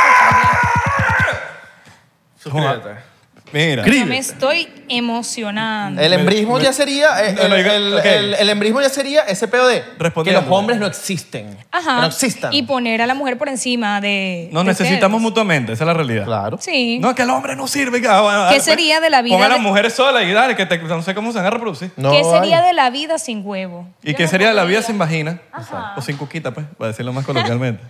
A: Mira.
B: Yo me estoy emocionando.
A: Eh,
C: El embrismo ya sería eh,
A: No, no,
C: el,
A: yo-
C: el-
A: ok.
C: el- el embrismo ya sería ese pedo de que
A: Respondiendo.
C: los hombres no existen.
B: Ajá.
C: Que no existan.
B: Y poner a la mujer por encima de.
A: Nos
B: de
A: necesitamos
B: ustedes.
A: mutuamente, esa es la realidad.
C: Claro.
B: Sí.
A: No, que el hombre no sirve. que- ah, bueno,
B: ¿Qué
A: ah,
B: sería de la vida
A: Ponga a
B: de-
A: las mujeres solas y dale, que te- no sé cómo se van a reproducir.
C: No
B: ¿Qué sería
C: hay.
B: de la vida sin huevo?
A: ¿Y
B: Yo
A: qué
B: no
A: sería de la vida
B: podría.
A: sin vagina? O sin cuquita, pues, para decirlo más coloquialmente.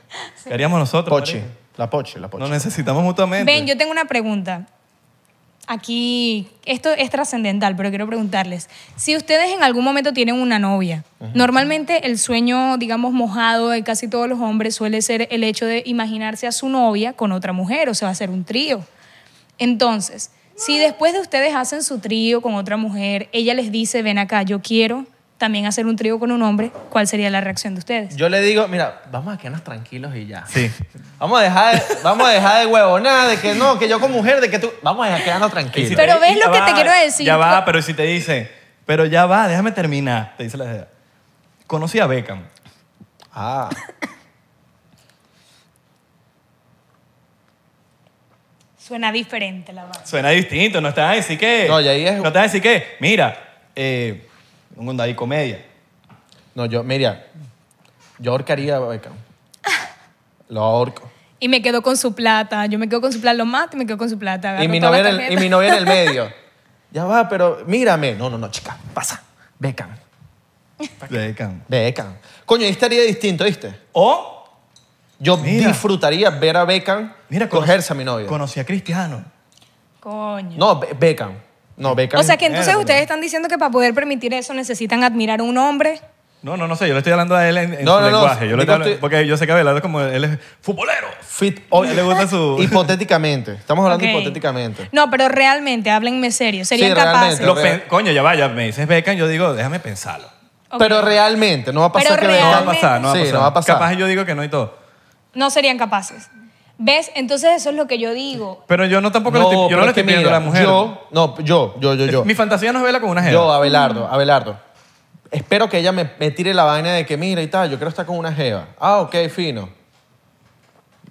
A: ¿Qué haríamos nosotros?
C: Pochi.
A: marico?
C: La pochi, la pochi.
A: Nos necesitamos mutuamente.
B: Ven, yo tengo una pregunta. Aquí, esto es trascendental, pero quiero preguntarles. Si ustedes en algún momento tienen una novia, normalmente el sueño, digamos, mojado de casi todos los hombres suele ser el hecho de imaginarse a su novia con otra mujer, o sea, hacer un trío. Entonces, si después de ustedes hacen su trío con otra mujer, ella les dice, ven acá, yo quiero también hacer un trío con un hombre, ¿cuál sería la reacción de ustedes?
C: Yo le digo, mira, vamos a quedarnos tranquilos y ya.
A: Sí.
C: Vamos a dejar de, vamos a dejar de huevonar, de que no, que yo como mujer, de que tú. Vamos a dejar-
A: Y
C: quedarnos
A: si
C: tranquilos.
A: te-
B: Pero ves
A: ya
B: lo que te quiero decir.
A: Ya va, pero si te dice, pero ya va, déjame terminar, te dice la idea. Conocí a Beckham.
C: Ah.
B: Suena diferente la vaina.
A: Suena distinto, no te van a decir que.
C: No, y ahí es-
A: No te van a decir que, mira, eh, un hay comedia.
C: No, yo, mira, yo ahorcaría a Beckham. Lo ahorco.
B: Y me quedo con su plata. Yo me quedo con su plata, lo mato y me quedo con su plata.
C: Y
B: Agarro
C: mi,
B: todas
C: novia en
B: las
C: el, y
B: tarjetas.
C: mi novia en el medio. Ya va, pero mírame. No, no, no, chica, pasa. Beckham.
A: Beckham.
C: Beckham. Coño, ahí estaría distinto, ¿viste?
A: O,
C: Yo
A: Mira.
C: disfrutaría ver a Beckham
A: mira, cono-
C: cogerse a mi novia.
A: Conocí a Cristiano.
B: Coño.
C: No, Be- Beckham. No, Beckham.
B: o sea que entonces
A: Mierda.
B: ustedes están diciendo que para poder permitir eso necesitan admirar a un hombre.
A: No, no, no sé, yo le estoy hablando a él en, en
C: No,
A: su
C: no, no,
A: lenguaje. Yo le
C: digo,
A: estoy hablando-
C: estoy-
A: Porque yo sé que Abelardo es como él es futbolero.
C: Fit.
A: A él le gusta su-
C: Hipotéticamente. Estamos hablando
B: Ok.
C: hipotéticamente.
B: No, pero realmente, háblenme serio. Serían
C: Sí,
B: capaces.
C: realmente.
A: Lo pen- coño, ya vaya, me dices Beckham, yo digo, déjame pensarlo.
B: Ok.
C: Pero realmente, no va a pasar
B: Pero
C: que
A: No va a
C: Beckham.
B: Realmente.
A: pasar, no va a
C: Sí,
A: pasar.
C: no va a pasar.
A: Capaz yo digo que no y todo.
B: No serían capaces. ¿Ves? Entonces eso es lo que yo digo.
A: Pero yo no tampoco le estoy, yo
C: pero
A: no le
C: es que
A: estoy pidiendo a la
C: mira,
A: mujer.
C: Yo, no, yo, yo, yo, yo.
A: Mi fantasía no es verla con una jeva.
C: Yo, Abelardo, Abelardo. Espero que ella me, me tire la vaina de que mira y tal, yo quiero estar con una jeva. Ah, ok, fino.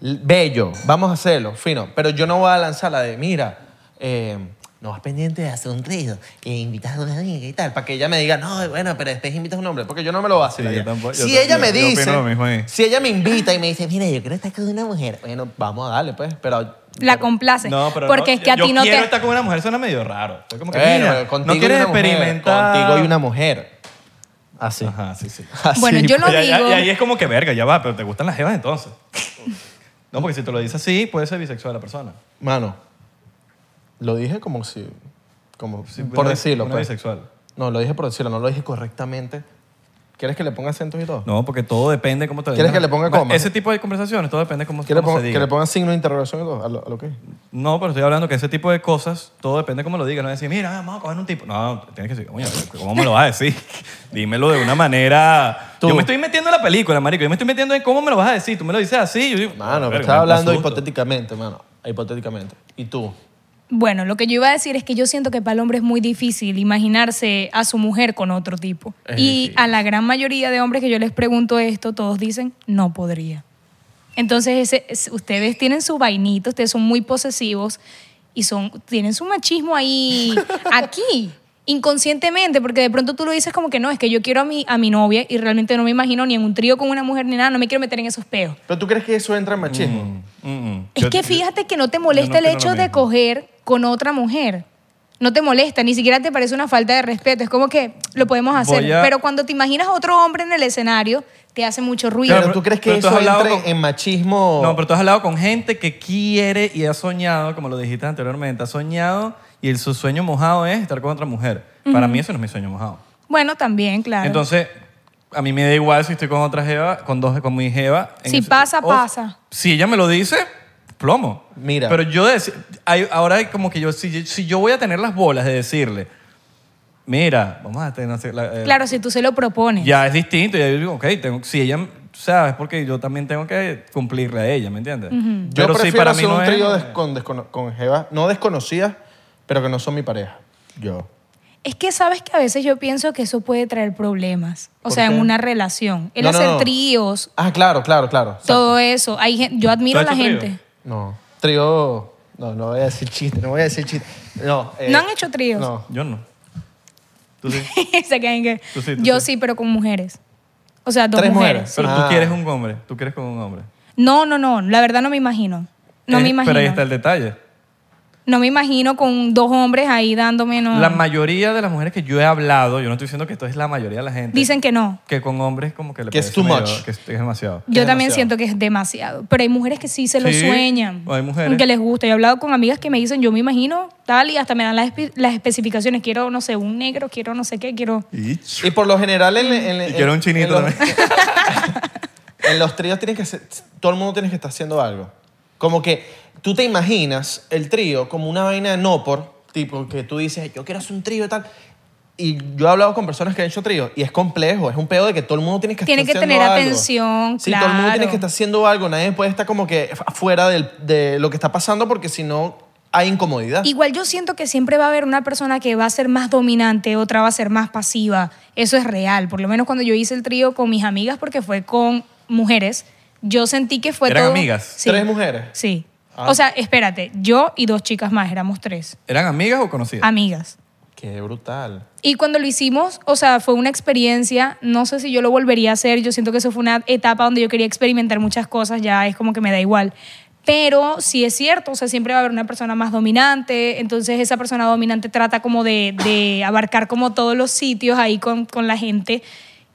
C: L- Bello, vamos a hacerlo, fino. Pero yo no voy a lanzar la de mira, eh, no vas pendiente de hacer un río e invitas a una amiga y tal, para que ella me diga, no, bueno, pero después invitas a un hombre, porque yo no me lo voy a hacer.
A: Sí,
C: la
A: yo
C: idea.
A: tampoco- yo
C: si
A: tam-
C: ella
A: yo-
C: me
A: yo opino
C: dice,
A: lo mismo ahí.
C: si ella me invita y me dice, mira, yo quiero estar con una mujer, bueno, vamos a darle, pues, pero
B: La complaces.
A: No, pero
B: porque
A: no,
B: es que a
A: yo
B: ti no
A: quiero
B: te...
A: estar con una mujer, suena medio raro. Es como que,
C: Bueno,
A: mira,
C: pero contigo
A: no
C: y
A: quieres
C: una mujer,
A: experimentar.
C: Contigo y una mujer. Así.
A: Ajá, sí, sí.
B: Bueno, yo lo
A: Y ahí-
B: digo.
A: Y ahí es como que verga, ya va, pero te gustan las jevas entonces. No, porque si te lo dices así, puede ser bisexual la persona.
C: Mano, lo dije como si... Como
A: Sí,
C: por
A: una-
C: decirlo,
A: una
C: pues.
A: bisexual.
C: No, lo dije por decirlo, no lo dije correctamente. ¿Quieres que le ponga acentos y todo?
A: No, porque todo depende cómo te
C: ¿Quieres que le ponga coma?
A: Ese tipo de conversaciones, todo depende cómo,
C: ¿Que le,
A: cómo
C: ponga,
A: se
C: que
A: diga.
C: le ponga signo de interrogación y todo? ¿A lo, a lo que?
A: No, pero estoy hablando que ese tipo de cosas, todo depende cómo lo digas. No decir, mira, vamos a coger un tipo. No, tienes que decir, oye, ¿cómo me lo vas a decir? Dímelo de una manera.
C: Tú.
A: Yo me estoy metiendo en la película, marico. Yo me estoy metiendo en cómo me lo vas a decir. Tú me lo dices así. Yo digo, verga,
C: Mano, pero estaba
A: me
C: hablando
A: asusto.
C: hipotéticamente, mano. Hipotéticamente. ¿Y tú?
B: Bueno, lo que yo iba a decir es que yo siento que para el hombre es muy difícil imaginarse a su mujer con otro tipo.
C: Es
B: y
C: difícil.
B: a la gran mayoría de hombres que yo les pregunto esto, todos dicen, no podría. Entonces, ese- es- ustedes tienen su vainito, ustedes son muy posesivos y son, tienen su machismo ahí, aquí, inconscientemente, porque de pronto tú lo dices como que no, es que yo quiero a mi, a mi novia y realmente no me imagino ni en un trío con una mujer ni nada, no me quiero meter en esos peos.
C: ¿Pero tú crees que eso entra en machismo?
A: Mm, mm.
B: Es
A: Yo-
B: que
A: yo-
B: fíjate que no te
A: yo no
B: molesta el
A: opino
B: hecho
A: lo
B: de
A: mismo.
B: coger con otra mujer. No te molesta, ni siquiera te parece una falta de respeto. Es como que lo podemos hacer.
A: Voy a-
B: Pero cuando te imaginas a otro hombre en el escenario, te hace mucho ruido.
C: Pero
A: Claro,
C: tú crees que
A: pero tú
C: eso
A: has
C: entra
A: hablado
C: en-
A: con-
C: en machismo...
A: No, pero tú has hablado con gente que quiere y ha soñado, como lo dijiste anteriormente, ha soñado y el- su sueño mojado es estar con otra mujer. Para mí eso no es mi sueño mojado.
B: Bueno, también, claro.
A: Entonces, a mí me da igual si estoy con otra jeva, con dos, con mi jeva. en
B: Si
A: ese-
B: pasa, pasa.
A: Si ella me lo dice, plomo.
C: Mira.
A: Pero yo deci- hay- ahora hay como que yo si, si yo voy a tener las bolas de decirle, mira, vamos a tener... la- eh,
B: claro, si tú se lo propones.
A: Ya es distinto. Ya yo digo, ok, tengo, si ella... ¿Sabes? Porque yo también tengo que cumplirle a ella, ¿me entiendes?
C: Yo
A: Pero si
C: prefiero
A: para mí
C: hacer un
A: no es-
C: trío des- con, descono- con jevas, no desconocidas, pero que no son mi pareja. Yo.
B: Es que sabes que a veces yo pienso que eso puede traer problemas. O
C: ¿Por
B: sea,
C: qué?
B: en una relación. El
C: No, no,
B: hacer
C: no.
B: tríos,
C: Ah, claro, claro, claro.
B: todo eso. Hay, gen- yo admiro a
A: ¿Tú
B: la
A: has hecho
B: gente.
A: trío?
C: No. Trío. No, no voy a decir chiste, no voy a decir chiste. No. eh,
B: ¿No han hecho tríos?
C: No.
A: Yo no. Tú sí.
B: Se quedan que-
A: Tú sí, tú
B: yo
A: sí.
B: sí, pero con mujeres. O sea, dos
C: Tres mujeres.
B: mujeres.
A: Pero
C: Ah.
A: tú quieres un hombre. Tú quieres con un hombre.
B: No, no, no. La verdad no me imagino. No
A: Eh,
B: me imagino.
A: Pero ahí está el detalle.
B: No me imagino con dos hombres ahí dándome. No.
A: La mayoría de las mujeres que yo he hablado, yo no estoy diciendo que esto es la mayoría de la gente.
B: Dicen que no.
A: que con hombres como que le
C: Que es
A: parece
C: too
A: medio-
C: much.
A: Que es, que es demasiado.
B: Yo
C: es
B: también
C: demasiado.
B: siento que es demasiado. Pero hay mujeres que sí se lo
A: Sí,
B: sueñan.
A: hay mujeres.
B: Que les gusta. Yo he hablado con amigas que me dicen, yo me imagino tal, y hasta me dan las, espe- las especificaciones. Quiero, no sé, un negro, quiero no sé qué, quiero.
A: Y,
C: Y eh, por lo general en, en- en-
A: quiero un chinito
C: en los,
A: también.
C: en los tríos tienes que ser- todo el mundo tiene que estar haciendo algo. Como que tú te imaginas el trío como una vaina de no por, tipo que tú dices, yo quiero hacer un trío y tal. Y yo he hablado con personas que han hecho tríos y es complejo, es un pedo de que todo el mundo tiene que
B: Tiene que
C: estar haciendo
B: tener
C: algo.
B: atención,
C: Sí, todo el mundo tiene
B: claro.
C: que estar haciendo algo, nadie puede estar como que afuera del- de lo que está pasando porque si no hay incomodidad.
B: Igual yo siento que siempre va a haber una persona que va a ser más dominante, otra va a ser más pasiva. Eso es real. Por lo menos cuando yo hice el trío con mis amigas, porque fue con mujeres, yo sentí que fue
A: ¿Eran
B: todo-
A: amigas?
B: Sí.
C: ¿Tres mujeres?
B: Sí.
C: Ah.
B: O sea, espérate, yo y dos chicas más, éramos tres.
A: ¿Eran amigas o conocidas?
B: Amigas.
C: Qué brutal.
B: Y cuando lo hicimos, o sea, fue una experiencia, no sé si yo lo volvería a hacer, yo siento que eso fue una etapa donde yo quería experimentar muchas cosas, ya es como que me da igual. Pero sí es cierto, o sea, siempre va a haber una persona más dominante, entonces esa persona dominante trata como de, de abarcar como todos los sitios ahí con, con la gente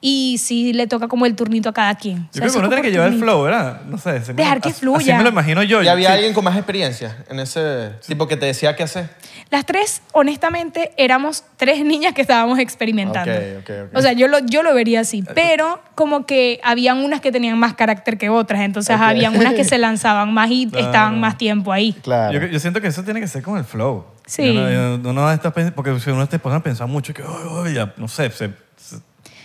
B: y sí le toca como el turnito a cada quien. O
A: Yo
B: sea,
A: creo
B: eso
A: que uno tiene
B: es
A: que
B: como
A: llevar el
B: turnito.
A: flow, ¿verdad? No sé. así me-
B: Dejar que
A: así- Así
B: fluya.
A: me lo imagino yo.
C: ¿Y había
A: Sí.
C: alguien con más experiencia en ese tipo que te decía qué hacer?
B: Las tres, honestamente, éramos tres niñas que estábamos experimentando.
C: Ok, ok, ok.
B: O sea, yo lo, yo lo vería así, pero como que habían unas que tenían más carácter que otras, entonces
D: Ok.
B: habían unas que se lanzaban más y
A: Claro.
B: estaban más tiempo ahí.
D: Claro.
A: Yo, yo siento que eso tiene que ser con el flow.
B: Sí.
A: Uno, uno- uno está pens- porque si uno te pone a pensar mucho, que, "Ay, ay, ya", no sé, se- se-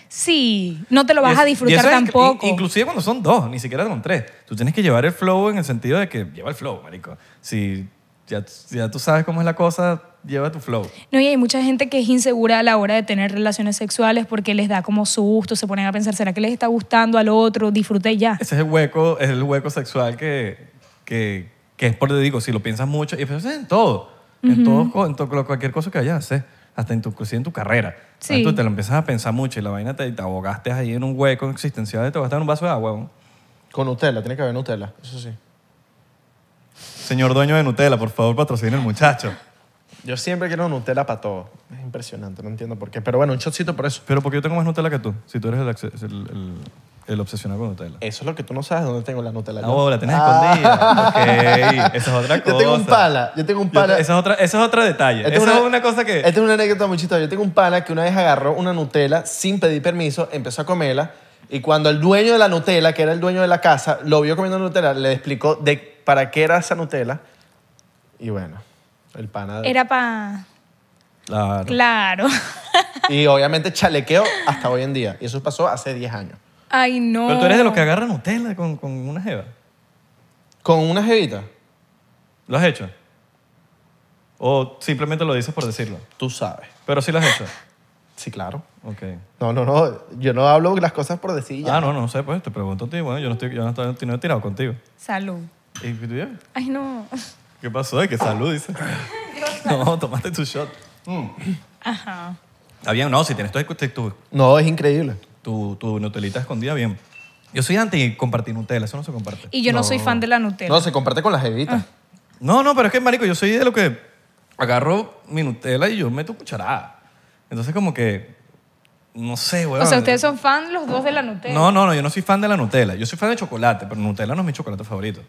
B: Sí, no te lo vas
A: y es-
B: a
A: y
B: disfrutar
A: eso es inc-
B: tampoco.
A: in- inclusive cuando son dos, ni siquiera con tres. Tú tienes que llevar el flow en el sentido de que lleva el flow, marico. Si ya, ya tú sabes cómo es la cosa, lleva tu flow.
B: No, y hay mucha gente que es insegura a la hora de tener relaciones sexuales porque les da como susto, se ponen a pensar, ¿será que les está gustando al otro? Disfruta y ya.
A: Ese es el hueco, es el hueco sexual que, que, que es por te digo, si lo piensas mucho, y pues es en todo, en todo, co- en to- lo- cualquier cosa que vayas a hacer, hasta en tu, inclusive en tu carrera.
B: Sí.
A: Entonces, Tú te lo empiezas a pensar mucho y la vaina te, te abogaste ahí en un hueco existencial y te gastaste un vaso de agua. ¿no?
C: Con Nutella, tiene que haber Nutella, eso sí.
A: Señor dueño de Nutella, por favor, patrocina el muchacho.
C: Yo siempre quiero Nutella para todo. Es impresionante, no entiendo por qué. Pero bueno, un shotcito por eso.
A: Pero porque yo tengo más Nutella que tú, si tú eres el, acce- el, el- el obsesionado con Nutella.
C: Eso es lo que tú no sabes dónde tengo la Nutella.
A: Ah,
C: yo.
A: oh, la tenés escondida. Ok, esa es otra cosa.
C: Yo tengo un pana, yo tengo un pana.
A: Esa es otra, ese es otro detalle.
C: Esta
A: Esa es una cosa que...
C: Esta es una anécdota muy chistosa. Yo tengo un pana que una vez agarró una Nutella sin pedir permiso, empezó a comerla y cuando el dueño de la Nutella, que era el dueño de la casa, lo vio comiendo Nutella, le explicó de para qué era esa Nutella y bueno, el pana... de-
B: Era para...
A: Claro.
B: Claro.
C: Y obviamente chalequeo hasta hoy en día. Y eso pasó hace 10 años.
B: Ay, no.
A: Pero tú eres de los que agarran Nutella con, con una jeva.
C: Con una jevita,
A: ¿Lo has hecho? ¿O simplemente lo dices por decirlo?
C: tú sabes.
A: Pero sí lo has hecho.
C: Sí, claro.
A: Ok.
C: No, no, no. Yo no hablo las cosas por decir y ya.
A: Ah, no, no sé, pues te pregunto a ti. Bueno, yo no, estoy, yo no, estoy, no he tirado contigo.
B: Salud.
A: ¿Y tú ya?
B: Ay, no.
A: ¿Qué pasó? Ay, que salud, dice. no, tomaste tu shot.
B: Ajá.
A: Está bien, no, si tienes tu, tu,
C: No, es increíble.
A: tu, tu Nutelita escondida, bien. Yo soy anti compartir Nutella, eso no se comparte.
B: Y yo no, soy fan de la Nutella.
C: No, se comparte con las
B: Ah.
C: jevitas.
A: No, no, pero es que, marico, yo soy de lo que agarro mi Nutella y yo meto cucharada. Entonces, como que, no sé, weón.
B: o sea, ustedes son fan los dos de la Nutella.
A: No, no, no, yo no soy fan de la Nutella. Yo soy fan de chocolate, pero Nutella no es mi chocolate favorito.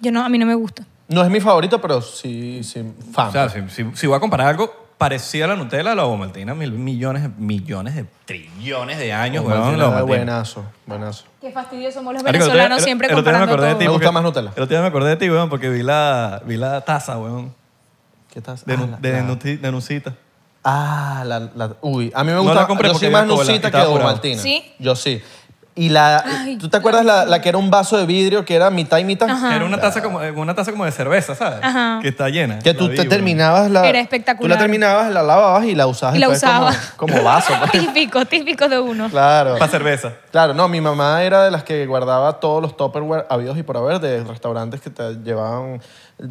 B: Yo no, a mí no me gusta.
C: No es mi favorito, pero sí, sí, fan.
A: O sea, si, si- si voy a comparar algo parecido a la Nutella, la Ovomaltina, mil millones, millones de trillones de años,
C: Ovomaltina
A: weón, la
C: era
A: Ovomaltina.
C: "Ah, buenazo, buenazo.
B: Qué fastidio somos los
A: Marico, el otro día-
B: venezolanos
A: el-
B: siempre
A: el otro día
B: comparando
A: acordé de ti
C: Me
B: todo.
A: porque-
C: gusta más Nutella.
A: El otro día me acordé de ti, weón, porque vi la, vi la taza, weón,
C: ¿Qué estás?
A: de,
C: ah,
A: nu-
C: la,
A: de
C: la-
A: nuti- de nucita.
C: Ah, la, la- Uy, a mí me
A: No
C: gusta.
A: la compré
C: yo soy
A: porque
C: más
A: era cola,
C: nucita que
A: estaba apurado.
C: Ovaltina.
B: ¿Sí?
C: Yo sí. Y la.
B: Ay,
C: ¿Tú te acuerdas la, la que era un vaso de vidrio que era mitad y mitad?
A: Que era una taza, como, eh, una taza como de cerveza, ¿sabes?
B: Ajá.
A: Que está llena.
C: Que
A: La
C: tú
A: vi,
C: te
A: weón.
C: terminabas la.
B: Era espectacular.
C: Tú la terminabas, la lavabas y la usabas
B: Y la
C: después como-
B: usaba.
C: Como, vaso. pues.
B: típico, típico de uno.
C: claro.
A: Para cerveza.
C: Claro, no, mi mamá era de las que guardaba todos los Tupperware habidos y por haber de restaurantes que te llevaban,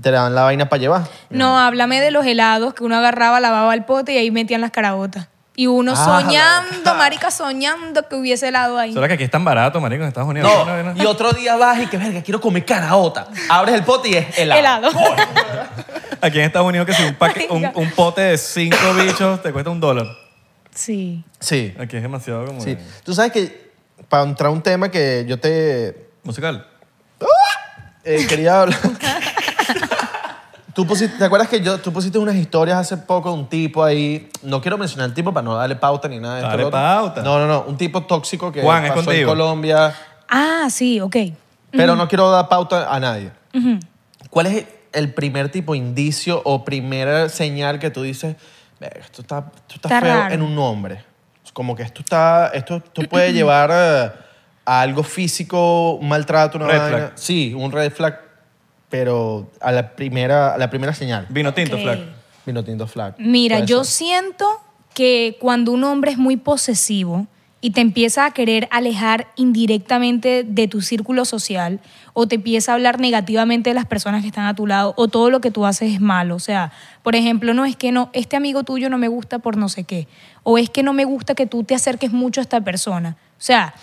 C: te daban la vaina para llevar.
B: No, háblame de los helados que uno agarraba, lavaba el pote y ahí metían las carabotas. Y uno
C: Ah,
B: soñando, marica, soñando que hubiese helado ahí.
A: Solo que aquí es tan barato, marico, en Estados Unidos. No, no,
C: No,
A: no.
C: y otro día vas y que verga, quiero comer caraota. Abres el pote y es helado.
B: Helado.
A: Aquí en Estados Unidos que si un, paque- un,
B: Marica.
A: un pote de cinco bichos te cuesta un dólar.
B: Sí.
C: Sí,
A: Aquí es demasiado como...
C: sí.
A: de-
C: Tú sabes que para entrar a un tema que yo te
A: Musical.
C: eh, quería hablar. Tú pusiste, ¿Te acuerdas que yo, tú pusiste unas historias hace poco de un tipo ahí? No quiero mencionar el tipo para no darle pauta ni nada de esto,
A: Dale
C: lo otro.
A: pauta.
C: No, no, no. Un tipo tóxico que
A: Juan, es
C: pasó en
A: contigo.
C: Colombia.
B: Ah, sí, ok.
C: Pero no quiero dar pauta a nadie. ¿Cuál es el primer tipo indicio o primera señal que tú dices, "Verga, esto está, esto está
B: Está
C: feo
B: raro.
C: en un hombre. Como que esto está, esto, esto puede llevar eh, a algo físico, un maltrato, una
A: Red
C: vaina".
A: flag.
C: Sí, un red flag, pero a la primera, a la primera señal.
A: Vino tinto,
B: Ok.
A: flaco.
C: Vino tinto flag.
B: Mira,
C: Puede
B: yo
C: ser.
B: siento que cuando un hombre es muy posesivo y te empieza a querer alejar indirectamente de tu círculo social o te empieza a hablar negativamente de las personas que están a tu lado o todo lo que tú haces es malo, o sea, por ejemplo, no es que no este amigo tuyo no me gusta por no sé qué o es que no me gusta que tú te acerques mucho a esta persona, o sea,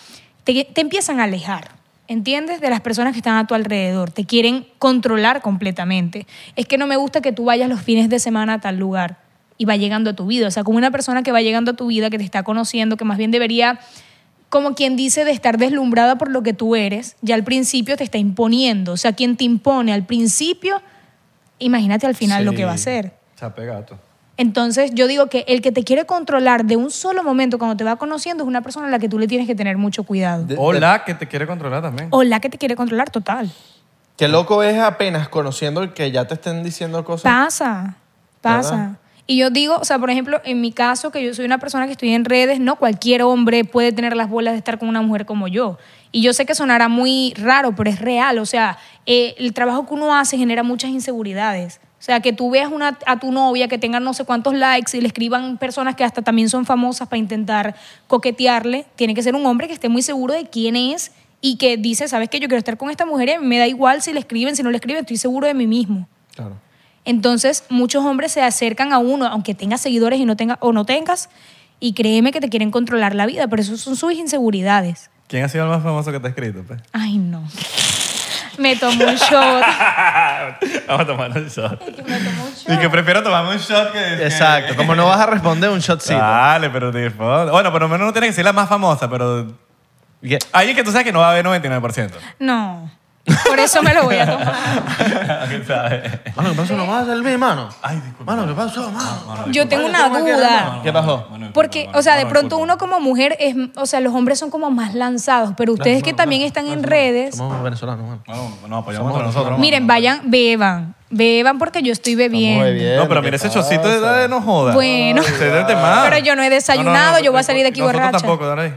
B: te, te empiezan a alejar. ¿Entiendes? De las personas que están a tu alrededor. Te quieren controlar completamente. Es que no me gusta que tú vayas los fines de semana a tal lugar y va llegando a tu vida. O sea, como una persona que va llegando a tu vida, que te está conociendo, que más bien debería, como quien dice, de estar deslumbrada por lo que tú eres, ya al principio te está imponiendo. O sea, quien te impone al principio, imagínate al final lo que va a ser.
A: Chape gato.
B: Entonces yo digo que el que te quiere controlar de un solo momento cuando te va conociendo es una persona a la que tú le tienes que tener mucho cuidado.
C: De-
A: O la que te quiere controlar también.
B: o la que te quiere controlar total.
C: Qué loco es apenas conociendo que ya te estén diciendo cosas.
B: Pasa, pasa.
C: ¿Verdad?
B: Y yo digo, o sea, por ejemplo, en mi caso, que yo soy una persona que estoy en redes, no cualquier hombre puede tener las bolas de estar con una mujer como yo. Y yo sé que sonará muy raro, pero es real. O sea, eh, el trabajo que uno hace genera muchas inseguridades. O sea, que tú veas una, a tu novia que tenga no sé cuántos likes y le escriban personas que hasta también son famosas para intentar coquetearle, tiene que ser un hombre que esté muy seguro de quién es y que dice, sabes que yo quiero estar con esta mujer y a mí me da igual si le escriben, si no le escriben, estoy seguro de mí mismo.
C: Claro.
B: Entonces, muchos hombres se acercan a uno, aunque tengas seguidores y no tenga, o no tengas, y créeme que te quieren controlar la vida, pero eso son sus inseguridades.
A: ¿Quién ha sido el más famoso que te ha escrito? Pues?
B: Ay, no. Me tomo un shot.
A: Ah, Vamos a tomar un shot.
B: Que me tomo un shot.
A: Y que prefiero tomarme un shot que... que-
C: Exacto. Como no vas a responder un
A: pues.
C: shotcito.
A: Dale, pero tipo... Bueno, por lo menos no tiene que ser la más famosa, pero...
C: Que-
A: Ahí es que tú sabes que no va a haber 99%.
B: No. Por eso me lo voy a tomar.
A: ¿Quién sabe?
C: Mano, ¿qué pasó? ¿No vas a hacer bien, mano?
A: Ay, disculpa. Ah,
C: Mano, ¿qué pasó, mano?
B: Yo tengo una duda.
C: ¿Qué pasó?
B: Porque, o sea, de pronto uno como mujer es, o sea, los hombres son como más lanzados, pero ustedes que también están en redes,
C: Somos venezolanos, mano.
A: No, no, apoyamos a nosotros.
B: miren, vayan, beban, beban porque yo estoy bebiendo.
D: Muy bien.
A: No, pero mira, ese chocito de edad no joda.
B: Bueno.
A: Se debe más.
B: Pero yo no he desayunado, yo voy a salir de aquí
A: nosotros
B: borracha.
A: tampoco, dale ahí.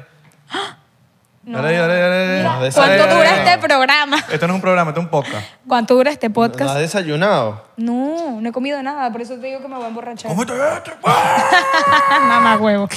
A: Dale ahí, dale ahí, dale ahí.
C: Mira,
A: Dale ahí,
B: ¿Cuánto
A: dale ahí,
B: dura
A: dale ahí.
B: este programa?
A: Esto no es un programa, esto es un podcast.
B: ¿Cuánto dura este
C: ¿No has
B: podcast?
C: desayunado?
B: No, no he comido nada, por eso te digo que me voy a emborrachar.
A: ¿Cómo te
B: Mamá huevo.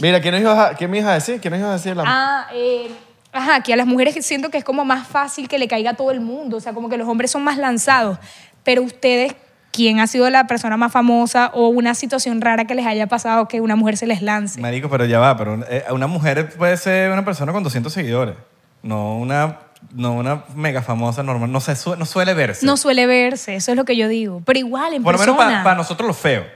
C: Mira, ¿qué, nos ibas a- qué me ibas a decir? ¿Qué nos ibas a decir? La...
B: Ah, eh, ajá, que a las mujeres siento que es como más fácil que le caiga a todo el mundo, o sea, como que los hombres son más lanzados, pero ustedes, ¿quién ha sido la persona más famosa o una situación rara que les haya pasado que una mujer se les lance?
A: Marico, pero ya va, pero eh, una mujer puede ser una persona con 200 seguidores, no una, no una mega famosa normal, no, se su- no suele verse.
B: No suele verse, eso es lo que yo digo, pero igual en
A: Por lo menos
B: persona.
A: para nosotros los feos.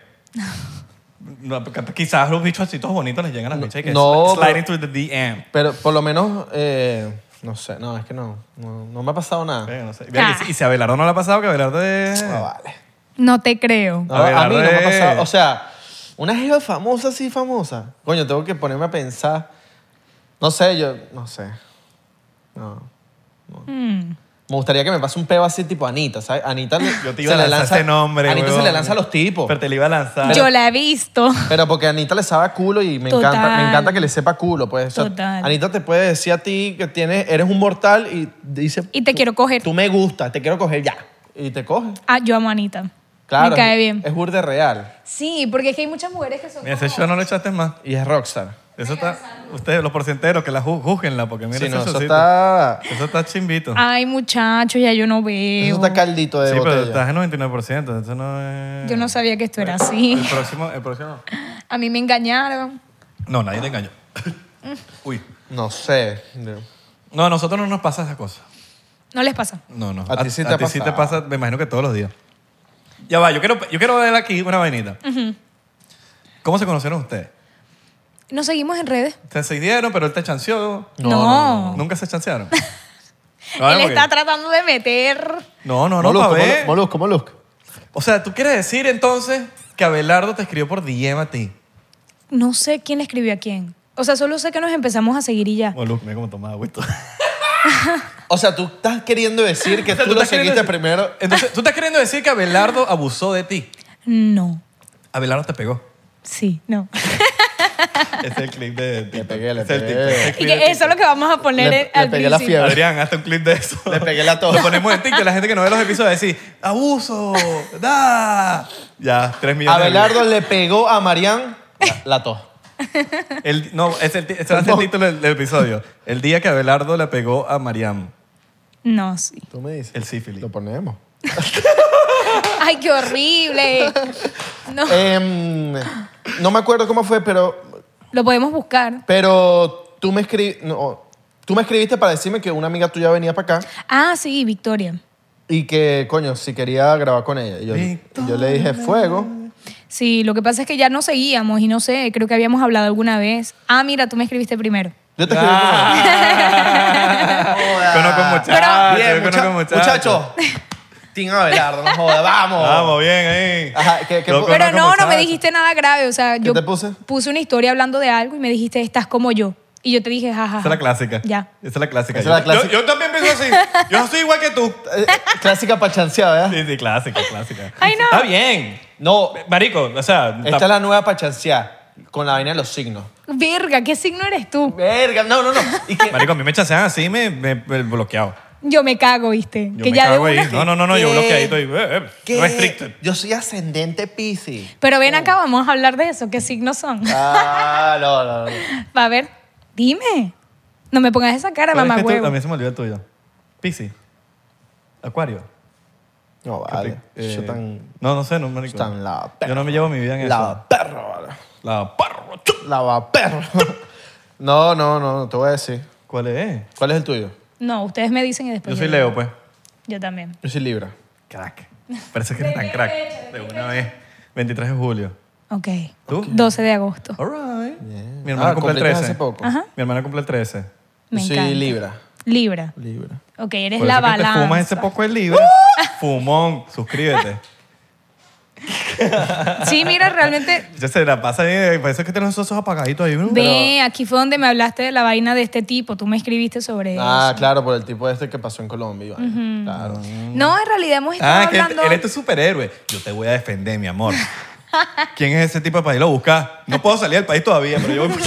A: No, porque quizás los bichos así todos bonitos les llegan a las bichas y que
C: no,
A: slide
C: pero-
A: into the DM.
C: Pero por lo menos, eh, no sé, no, es que no, no, no me ha pasado nada.
A: Eh, no sé. Mira,
B: Ah.
A: y, si- y si a Abelardo no le ha pasado, que Abelardo es...
C: No, vale.
B: No te creo.
C: No,
A: A ver,
C: a,
A: a
C: mí no me ha
A: ver.
C: pasado. O sea, una jeva famosa, sí, famosa. Coño, tengo que ponerme a pensar. No sé, yo, no sé. No.
B: Mm.
C: Me gustaría que me pase un peo así tipo Anita, ¿sabes? Anita le-
A: Yo te iba a lanzar ese nombre,
C: Anita se
A: huevón.
C: le lanza a los tipos.
A: Pero te le iba a lanzar.
B: Yo la he visto.
C: Pero porque Anita le sabe a culo y me
B: Total.
C: encanta, me encanta que le sepa a culo, pues. O sea,
B: Total.
C: Anita te puede decir a ti que tienes, eres un mortal y dice.
B: Y te
C: "Tú-
B: quiero coger".
C: Tú me gustas, te quiero coger ya. Y te coge.
B: Ah, yo amo a Anita.
C: Claro.
B: Me cae bien.
A: Eh.
C: Es burde real
B: Sí, porque es que hay muchas mujeres que son.
A: Mira, ese
B: como-
A: show no lo echaste más.
C: y es rockstar.
A: Eso está... Ustedes, los porcenteros, que la ju- júzguenla, porque mira
C: Sí,
A: ese
C: no, eso
A: showcito.
C: está,
A: Eso está chimbito.
B: Ay, muchachos, ya yo no veo.
C: eso está caldito de
A: sí, pero
C: botella.
A: estás en 99%, eso no es...
B: Yo no sabía que esto era así.
A: El próximo, el próximo.
B: A mí me engañaron.
A: No, nadie te engañó. Uy.
C: No sé.
A: No, a nosotros no nos pasa esa cosa.
B: No les pasa.
A: No, no.
C: A ti sí te ha pasado.
A: pasa, me imagino que todos los días. Ya va, yo quiero, yo quiero ver aquí una vainita. ¿Cómo se conocieron ustedes?
B: ¿Nos seguimos en redes?
A: Se decidieron, pero él te chanceó.
B: No. no, no.
A: Nunca se chancearon.
B: Él
C: Ah,
A: Vale, porque-
B: está tratando de meter.
A: No, no, no,
D: Molusco,
A: pa' ver.
D: Molu- Molusco, Molusco.
A: O sea, ¿tú quieres decir entonces que Abelardo te escribió por DM a ti?
B: No sé quién le escribió a quién. O sea, solo sé que nos empezamos a seguir y ya.
A: Molusco, mira cómo tomaba agüito.
C: O sea, tú estás queriendo decir que
A: O sea,
C: tú, lo
A: estás queriendo
C: seguiste
A: decir-
C: primero.
A: Entonces, tú estás queriendo decir que Abelardo abusó de ti.
B: No.
A: Abelardo te pegó.
B: Sí, no.
A: Ese es el clip de.
C: Le pegué, le
A: Ese es el
C: pegué.
A: TikTok, ese es el
B: Y
A: clip de
B: que eso es lo que vamos a poner
C: Le-
B: eh,
C: le
B: al
C: pegué la
B: principio.
C: fiebre.
A: Adrián, hazte un clip de eso.
C: Le pegué la tos.
A: Lo ponemos en TikTok. La gente que no ve los episodios decir abuso, da. Ya, tres millones. de
C: Abelardo le pegó a Marian la, la tos.
A: views. El- no, es el, ti- ese va a ser el título del, del episodio. El día que Abelardo le pegó a Mariam,
B: No, sí.
C: Tú me dices.
A: el sífilis.
C: Lo ponemos.
B: Ay, qué horrible. No.
C: Em, no me acuerdo cómo fue, pero,
B: Lo podemos buscar.
C: pero tú, me escribí, no, tú me escribiste para decirme que una amiga tuya venía para acá
B: Ah, sí, Victoria.
C: y que, coño, si quería grabar con ella. Y Yo, yo le dije, fuego.
B: Sí, lo que pasa es que ya no seguíamos y no sé, creo que habíamos hablado alguna vez. Ah, mira, tú me escribiste primero.
C: Yo te escribí primero.
A: Ah. Conozco muchachos.
C: Ah. Bien,
A: yo conozco
C: mucha- muchachos. Team Abelardo, no joda, vamos.
A: Vamos, bien ahí.
C: Ajá, ¿qué- qué
A: Lo
C: pu-
A: conozco
B: Pero no, no me
A: muchachos.
B: dijiste nada grave. O sea, yo
C: te puse?
B: una historia hablando de algo y me dijiste, estás como yo. Y yo te dije, jajaja.
A: Esa es la clásica.
B: Ya.
A: Esa es la clásica.
C: Esa es la
A: Yo-
C: clásica.
A: Yo, yo también pienso así. Yo soy igual que tú.
C: Eh, Clásica pachanceada, ¿verdad?
A: Sí, sí, clásica, clásica.
B: Ay, no.
A: Está bien.
C: No,
A: Marico, o sea.
C: esta es la nueva pachanceada con la vaina de los signos.
B: Verga, ¿qué signo eres tú?
C: Verga, no, no, no. Y que-
A: Marico, a mí me chasean así, me, me, me bloqueado.
B: Yo me cago, ¿viste?
A: Yo
B: que
A: me
B: ya
A: cago
B: de
A: ahí.
B: una-
A: No, no, no, no, yo
C: ¿Qué?
A: bloqueadito ahí. Eh, eh,
C: que-
A: restricted.
C: Yo soy ascendente Piscis.
B: Pero
A: Oh.
B: ven acá, vamos a hablar de eso. ¿Qué signos son?
C: Ah, no, no, no.
B: Va a ver, dime. No me pongas esa cara,
A: ¿Cuál es
B: mamá
A: que tú-
B: huevo.
A: También se me olvidó el tuyo. Piscis. Acuario.
C: No, vale.
A: Eh,
C: Yo tan...
A: No, no sé, no, marico.
C: Tan la
A: Yo no me llevo mi vida en
C: La perro, vale.
A: eso. La parro.
C: Lava perro. No, no, no, no, te voy a decir.
A: ¿Cuál es?
C: ¿Cuál es el tuyo?
B: No, ustedes me dicen y después.
A: Yo soy
B: digo.
A: Leo, pues.
B: Yo también.
C: Yo soy Libra.
A: Crack. Parece que eres tan crack. De una vez. 23 de julio.
B: Ok.
A: ¿Tú?
B: 12 de agosto.
A: All right. Mi
C: Ah,
A: hermana cumple el
C: completas
A: 13.
C: hace poco.
B: Ajá.
A: Mi hermana cumple el 13.
B: Me
C: Yo soy
B: encanta.
C: Libra.
B: Libra.
C: Libra.
B: Ok, eres
A: Por
B: la
A: eso que
B: balanza.
A: Te fumas ese poco el libro. Fumón, suscríbete.
B: Sí, mira, realmente.
A: Ya se la pasa ahí. eh, Parece que tienes los ojos apagaditos ahí. ¿no?
B: Ve, aquí fue donde me hablaste de la vaina de este tipo. Tú me escribiste sobre
C: Ah, claro, por el tipo este que pasó en Colombia. y vaina. Claro.
B: eso. No, en realidad hemos estado
A: Ah, que
B: hablando.
A: eres tu superhéroe. Yo te voy a defender, mi amor. ¿Quién es ese tipo para irlo a buscar? No puedo salir del país todavía, pero yo voy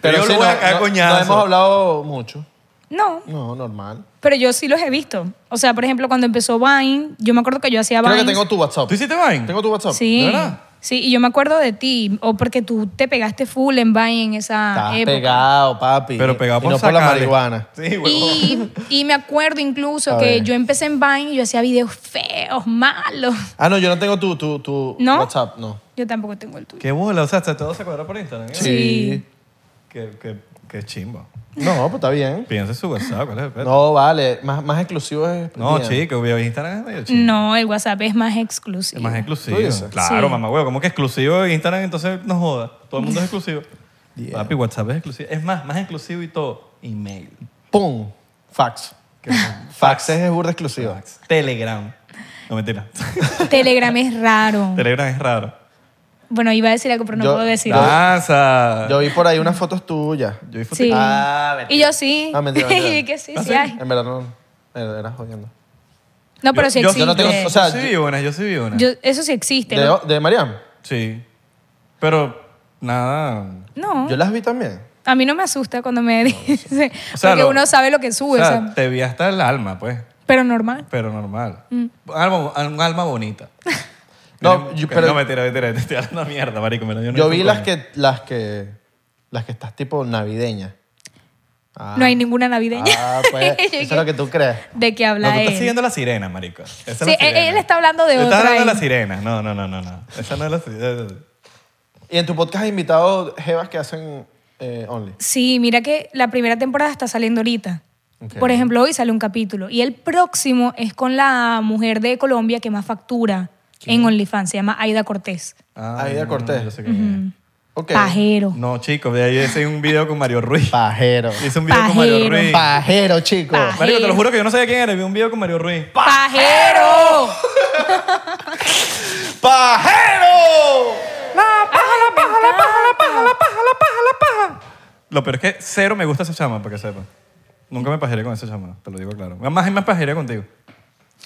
A: Pero yo lo voy a cagar coñazo.
C: No hemos hablado mucho.
B: No,
C: No, normal.
B: pero yo sí los he visto. O sea, por ejemplo, cuando empezó Vine, yo me acuerdo que yo hacía
C: Creo que
B: Vine.
C: tengo tu WhatsApp.
A: ¿Tú hiciste Vine?
C: Tengo tu WhatsApp.
B: Sí.
A: ¿De verdad?
B: Sí, y yo me acuerdo de ti, o porque tú te pegaste full en Vine en esa
C: Estás
B: ah, época.
C: pegado, papi.
A: Pero pegado
C: y no por la
A: sacales.
C: marihuana.
A: Sí, huevón.
B: Y, y me acuerdo incluso
C: A
B: que
C: ver.
B: yo empecé en Vine y yo hacía videos feos, malos.
C: Ah, no, yo no tengo tu, tu, tu
B: ¿No?
C: WhatsApp, no.
B: Yo tampoco tengo el tuyo.
A: Qué bola, o sea, hasta todo se cuadra por Instagram. ¿eh?
B: Sí.
A: Qué, qué, qué chimbo.
C: No, pues está bien.
A: Piensa en su WhatsApp, ¿cuál es el pedo?
C: No, vale. Más, más exclusivo es.
A: No,
C: bien.
A: chico, video de Instagram es medio chido.
B: No, el WhatsApp es más exclusivo.
A: Es más exclusivo.
C: ¿Tú dices?
A: Claro,
B: Mm. Sí.
A: mamá, huevo. ¿Cómo que exclusivo de Instagram? Entonces no joda. Todo el mundo es exclusivo.
C: Yeah.
A: Papi, WhatsApp es exclusivo. Es más, más exclusivo y todo. Email.
C: ¡Pum! Fax. Fax es burda exclusiva.
A: Telegram. No, mentira.
B: Telegram es raro.
A: Telegram es raro.
B: Bueno, iba a decir algo, pero no
C: Yo-
B: puedo decirlo.
A: Danza.
C: Yo vi por ahí unas fotos tuyas.
A: Yo vi fotos-
B: Sí.
C: Ah, mentira.
B: y yo sí.
C: Ah, mentira, mentira.
B: y que sí,
A: Ah,
B: sí,
A: ¿sí?
B: hay.
C: En verdad no. Era era jodiendo.
B: No, pero sí
A: yo,
B: existe.
A: yo no tengo, o sea, yo sí
C: yo-
A: vi una, yo sí vi una.
B: Yo- eso sí existe.
C: ¿De,
B: lo-
C: de Mariam?
A: sí. Pero nada.
B: no,
C: Yo las vi también.
B: a mí no me asusta cuando me dice.
A: O sea,
B: porque
A: lo-
B: uno sabe lo que sube.
A: o sea,
B: o sea,
A: te vi hasta el alma, pues.
B: pero normal.
A: Pero normal.
B: Mm.
A: Alma- un alma bonita.
C: No,
A: Miren,
C: yo-
A: que
C: pero-
A: no, mentira, mentira. Te estoy hablando mierda, marico. me lo- no
C: Yo
A: hice
C: vi
A: un
C: las
A: coño.
C: que, las que las que estás tipo navideña. Ah,
B: No hay ninguna navideña.
C: Ah, pues, eso es lo que tú crees.
B: ¿De qué habla
A: No, tú estás
B: él?
A: siguiendo la sirena, marico. Esa es la
B: Sí, él-
A: sirena.
B: él está hablando de
A: Tú Estás
B: otra
A: hablando de
B: ahí.
A: la sirena. No, no, no, no, no. Esa no es la sirena.
C: Y en tu podcast has invitado jevas que hacen eh, Only.
B: Sí, mira que la primera temporada está saliendo ahorita.
C: Ok.
B: Por ejemplo, hoy sale un capítulo. Y el próximo es con la mujer de Colombia que más factura en OnlyFans. Se llama Aida Cortés.
A: Ah,
C: Aida Cortés.
A: yo sé quién
C: Ok.
A: es.
B: Pajero.
A: No, chicos, de ahí hice un video con Mario Ruiz.
C: Pajero.
A: Hice un video con Mario
B: Pajero.
A: Ruiz.
C: Pajero, chico.
B: Pa-
A: Marico, te lo juro que yo no sabía quién era. Vi un video con Mario Ruiz.
B: ¡Pajero!
C: ¡Pajero!
A: Lo peor es que cero me gusta esa chama, para que sepa. Nunca me pajeré con esa chama, te lo digo claro. Más, más pajeré contigo.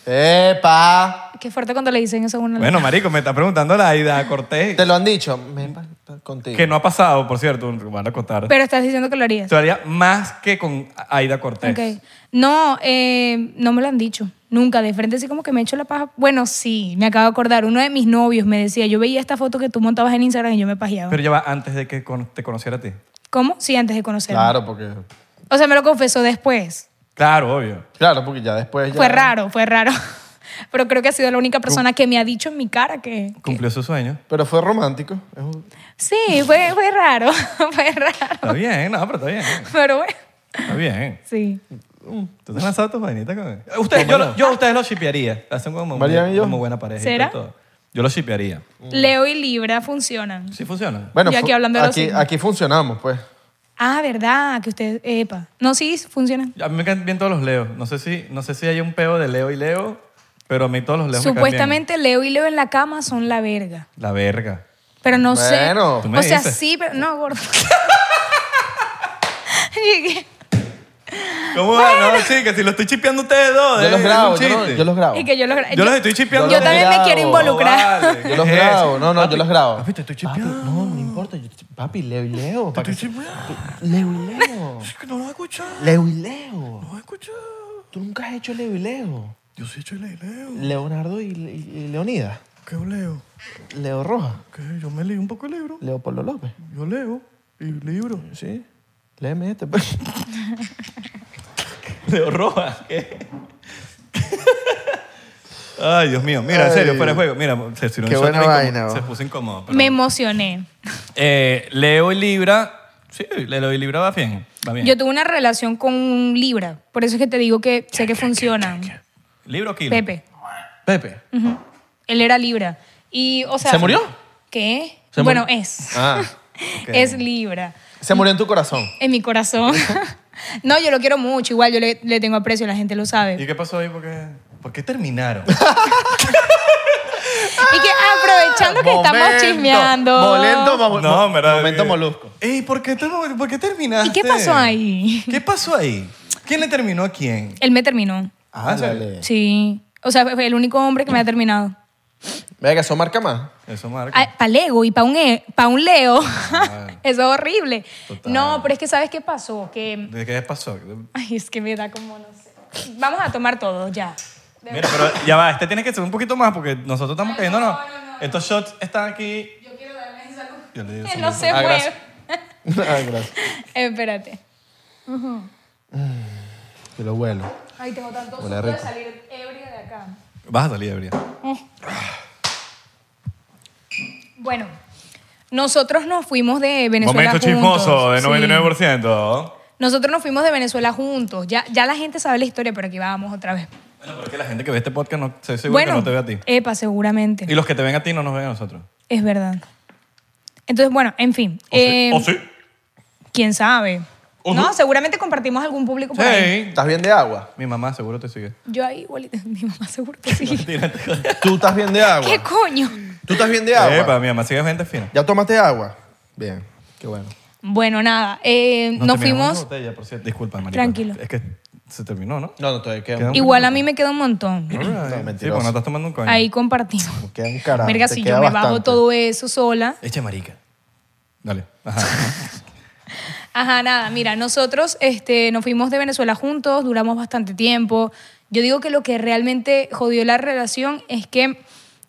C: ¡Epa!
B: Qué fuerte cuando le dicen eso a una
A: Bueno, marico, me está preguntando la Aida Cortés,
C: ¿Te lo han dicho? Me impacta contigo.
A: que no ha pasado, por cierto, van a
C: Ah.
A: contar.
B: Pero estás diciendo que lo harías.
A: Yo haría más que con Aida Cortés.
B: Ok. No, eh, no me lo han dicho. Nunca, de frente así como que me echo la paja. Bueno, sí, me acabo de acordar. Uno de mis novios me decía, yo veía esta foto que tú montabas en Instagram y yo me pajeaba.
A: Pero ya va antes de que con- te conociera a ti.
B: ¿Cómo? Sí, antes de conocerlo.
C: Claro, porque.
B: O sea, me lo confesó después.
A: Claro, obvio.
C: Claro, porque ya después. ya-
B: Fue raro, fue raro. Pero creo que ha sido la única persona que me ha dicho en mi cara que...
A: Cumplió su sueño.
C: Pero fue romántico. Es un-
B: Sí, fue, fue raro, fue raro.
A: Está bien, no, pero está bien.
B: Pero bueno,
A: Está bien.
B: sí.
A: Tú te has lanzado tus vainitas con ustedes, yo, lo- yo a ustedes lo shipearía. Hacen como,
C: Mariana y yo.
A: como buena pareja. y
B: ¿Será?
A: todo. Yo lo shipearía.
C: Mm.
B: Leo y Libra funcionan.
A: Sí funciona.
C: Bueno,
B: Y aquí
C: fu-
B: hablando de los
C: aquí,
B: signos.
C: aquí funcionamos, pues.
B: Ah, ¿verdad? Que ustedes... Epa. No, sí, funcionan.
A: A mí me caen bien todos los leos. No sé si, no sé si hay un peo de leo y leo, pero a mí todos los leos me caen bien.
B: Supuestamente Leo y Leo en la cama son la verga.
A: La verga.
B: Pero no
C: Bueno.
B: sé.
A: Tú me
B: o sea,
A: dices.
B: sí, pero no, gordo. Llegué.
A: ¿Cómo va? No, sí, que si lo estoy chipeando ustedes dos.
C: Yo
A: eh,
C: los
A: es
C: grabo,
A: un
C: yo, no-
A: chiste.
C: yo los grabo.
B: Y que yo los gra-
A: Yo los estoy chipeando.
B: Yo
C: Los
B: también me
C: grabo.
B: quiero involucrar.
A: No, vale, ¿qué
C: Yo los
A: es
C: grabo,
A: eso?
C: no, no, yo los grabo.
A: Papi, te Ah, estoy
C: Papi,
A: chipeando.
C: no, no importa. yo- papi, Leo y Leo. para
E: Estoy
C: que-
E: chipeando.
C: Leo y Leo.
E: Es que no lo he escuchado.
C: Leo y Leo.
E: No lo he escuchado.
C: Tú nunca has hecho Leo y Leo.
E: Yo sí he hecho el leo.
C: Leonardo y, y- y Leonidas.
E: ¿Qué leo?
C: Leo Roja.
E: ¿Qué? Yo me leí un poco el libro.
C: Leopoldo López.
E: Yo leo. Y libro.
C: Sí. Léeme este. pues.
A: Leo Rojas. ¿qué? Ay, Dios mío. Mira, en serio, fuera de juego. Mira, se tiró un
D: Qué
A: shot
D: buena
A: ahí como-
D: vaina,
A: Se
D: vos.
A: puso incómodo. pero-
B: Me emocioné.
A: Eh, Leo y Libra. Sí, Leo y Libra va bien. Va bien.
B: Yo tuve una relación con un Libra. Por eso es que te digo que sé que funcionan.
A: ¿Libro o Kilo?
B: Pepe.
C: Pepe.
B: Él era Libra. Y, o sea,
C: ¿Se murió?
B: ¿Qué?
C: ¿Se
B: bueno,
C: murió?
B: es.
C: Ah,
B: Es Libra.
C: Se murió en tu corazón.
B: En mi corazón. no, yo lo quiero mucho. Igual yo le, le tengo aprecio, la gente lo sabe.
A: ¿Y
B: Y
A: qué pasó ahí? ¿Por qué, por qué terminaron?
B: que aprovechando que estamos chismeando.
C: Momento, mo-
A: No,
C: mo-
A: en verdad,
C: momento
A: eh.
C: molusco.
A: Ey, ¿por qué, te- por qué terminaste?
B: ¿Y qué pasó ahí?
A: ¿Qué pasó ahí? ¿Quién le terminó a quién?
B: Él me terminó.
A: Ah, ¿en serio?
C: Dale.
B: Sí. O sea, fue el único hombre que me ha terminado.
C: Vea que eso marca más.
A: Eso marca.
B: Para Lego y para un, e- pa un Leo. Eso es horrible. No, pero es que ¿sabes qué pasó? Que.
A: ¿De qué pasó?
B: Ay, es que me da como, no sé. Vamos a tomar todo ya.
A: Mira, pero ya va, este tiene que ser un poquito más porque nosotros estamos cayendo, ¿no? Estos shots están aquí.
B: Yo quiero darle esa
A: Yo le digo,
B: Él no se
A: Ah,
B: mueve.
A: gracias.
C: Ah, gracias.
B: Espérate.
C: Que lo vuelo.
B: Ay, tengo tanto
C: Huele
B: susto de
C: rico.
B: salir ebria de acá.
A: Vas a salir ebria.
B: Bueno, nosotros nos fuimos de Venezuela juntos. Sí. Nosotros nos fuimos de Venezuela juntos. Ya, ya la gente sabe la historia, pero aquí vamos otra vez.
A: Bueno, porque la gente que ve este podcast no estoy seguro
B: bueno,
A: que no te ve a ti.
B: epa, seguramente.
A: Y los que te ven a ti no nos ven a nosotros.
B: Es verdad. Entonces, bueno, en fin. eh, ¿Quién sabe? No, seguramente compartimos algún público por ahí.
A: Sí.
C: ¿Estás bien de agua?
A: Mi mamá seguro te sigue.
B: Yo ahí igualita. Mi mamá seguro que sí.
A: Tira, tira.
C: ¿Tú estás bien de agua?
B: ¿Qué coño?
C: ¿Tú estás bien de agua?
A: Epa, mi mamá sigue gente fina.
C: ¿Ya tomaste agua? Bien. Qué bueno.
B: Bueno, nada. eh,
A: terminamos la
B: nos, fuimos.
A: botella, por cierto. Disculpa, marico.
B: Tranquilo.
A: Es que se terminó, ¿no?
C: No, no, todavía
A: Queda
C: queda
A: un-
C: un,
B: Igual a mí me queda un montón.
A: no Sí,
C: mentiroso.
A: porque no estás tomando un coño.
B: Ahí compartimos.
C: queda un carajo.
B: Verga,
C: te
B: si yo
C: queda
B: me bajo
C: bastante.
B: todo eso sola.
A: Eche marica. Dale. Ajá.
B: Ajá, nada, mira, nosotros este, nos fuimos de Venezuela juntos, duramos bastante tiempo. Yo digo que lo que realmente jodió la relación es que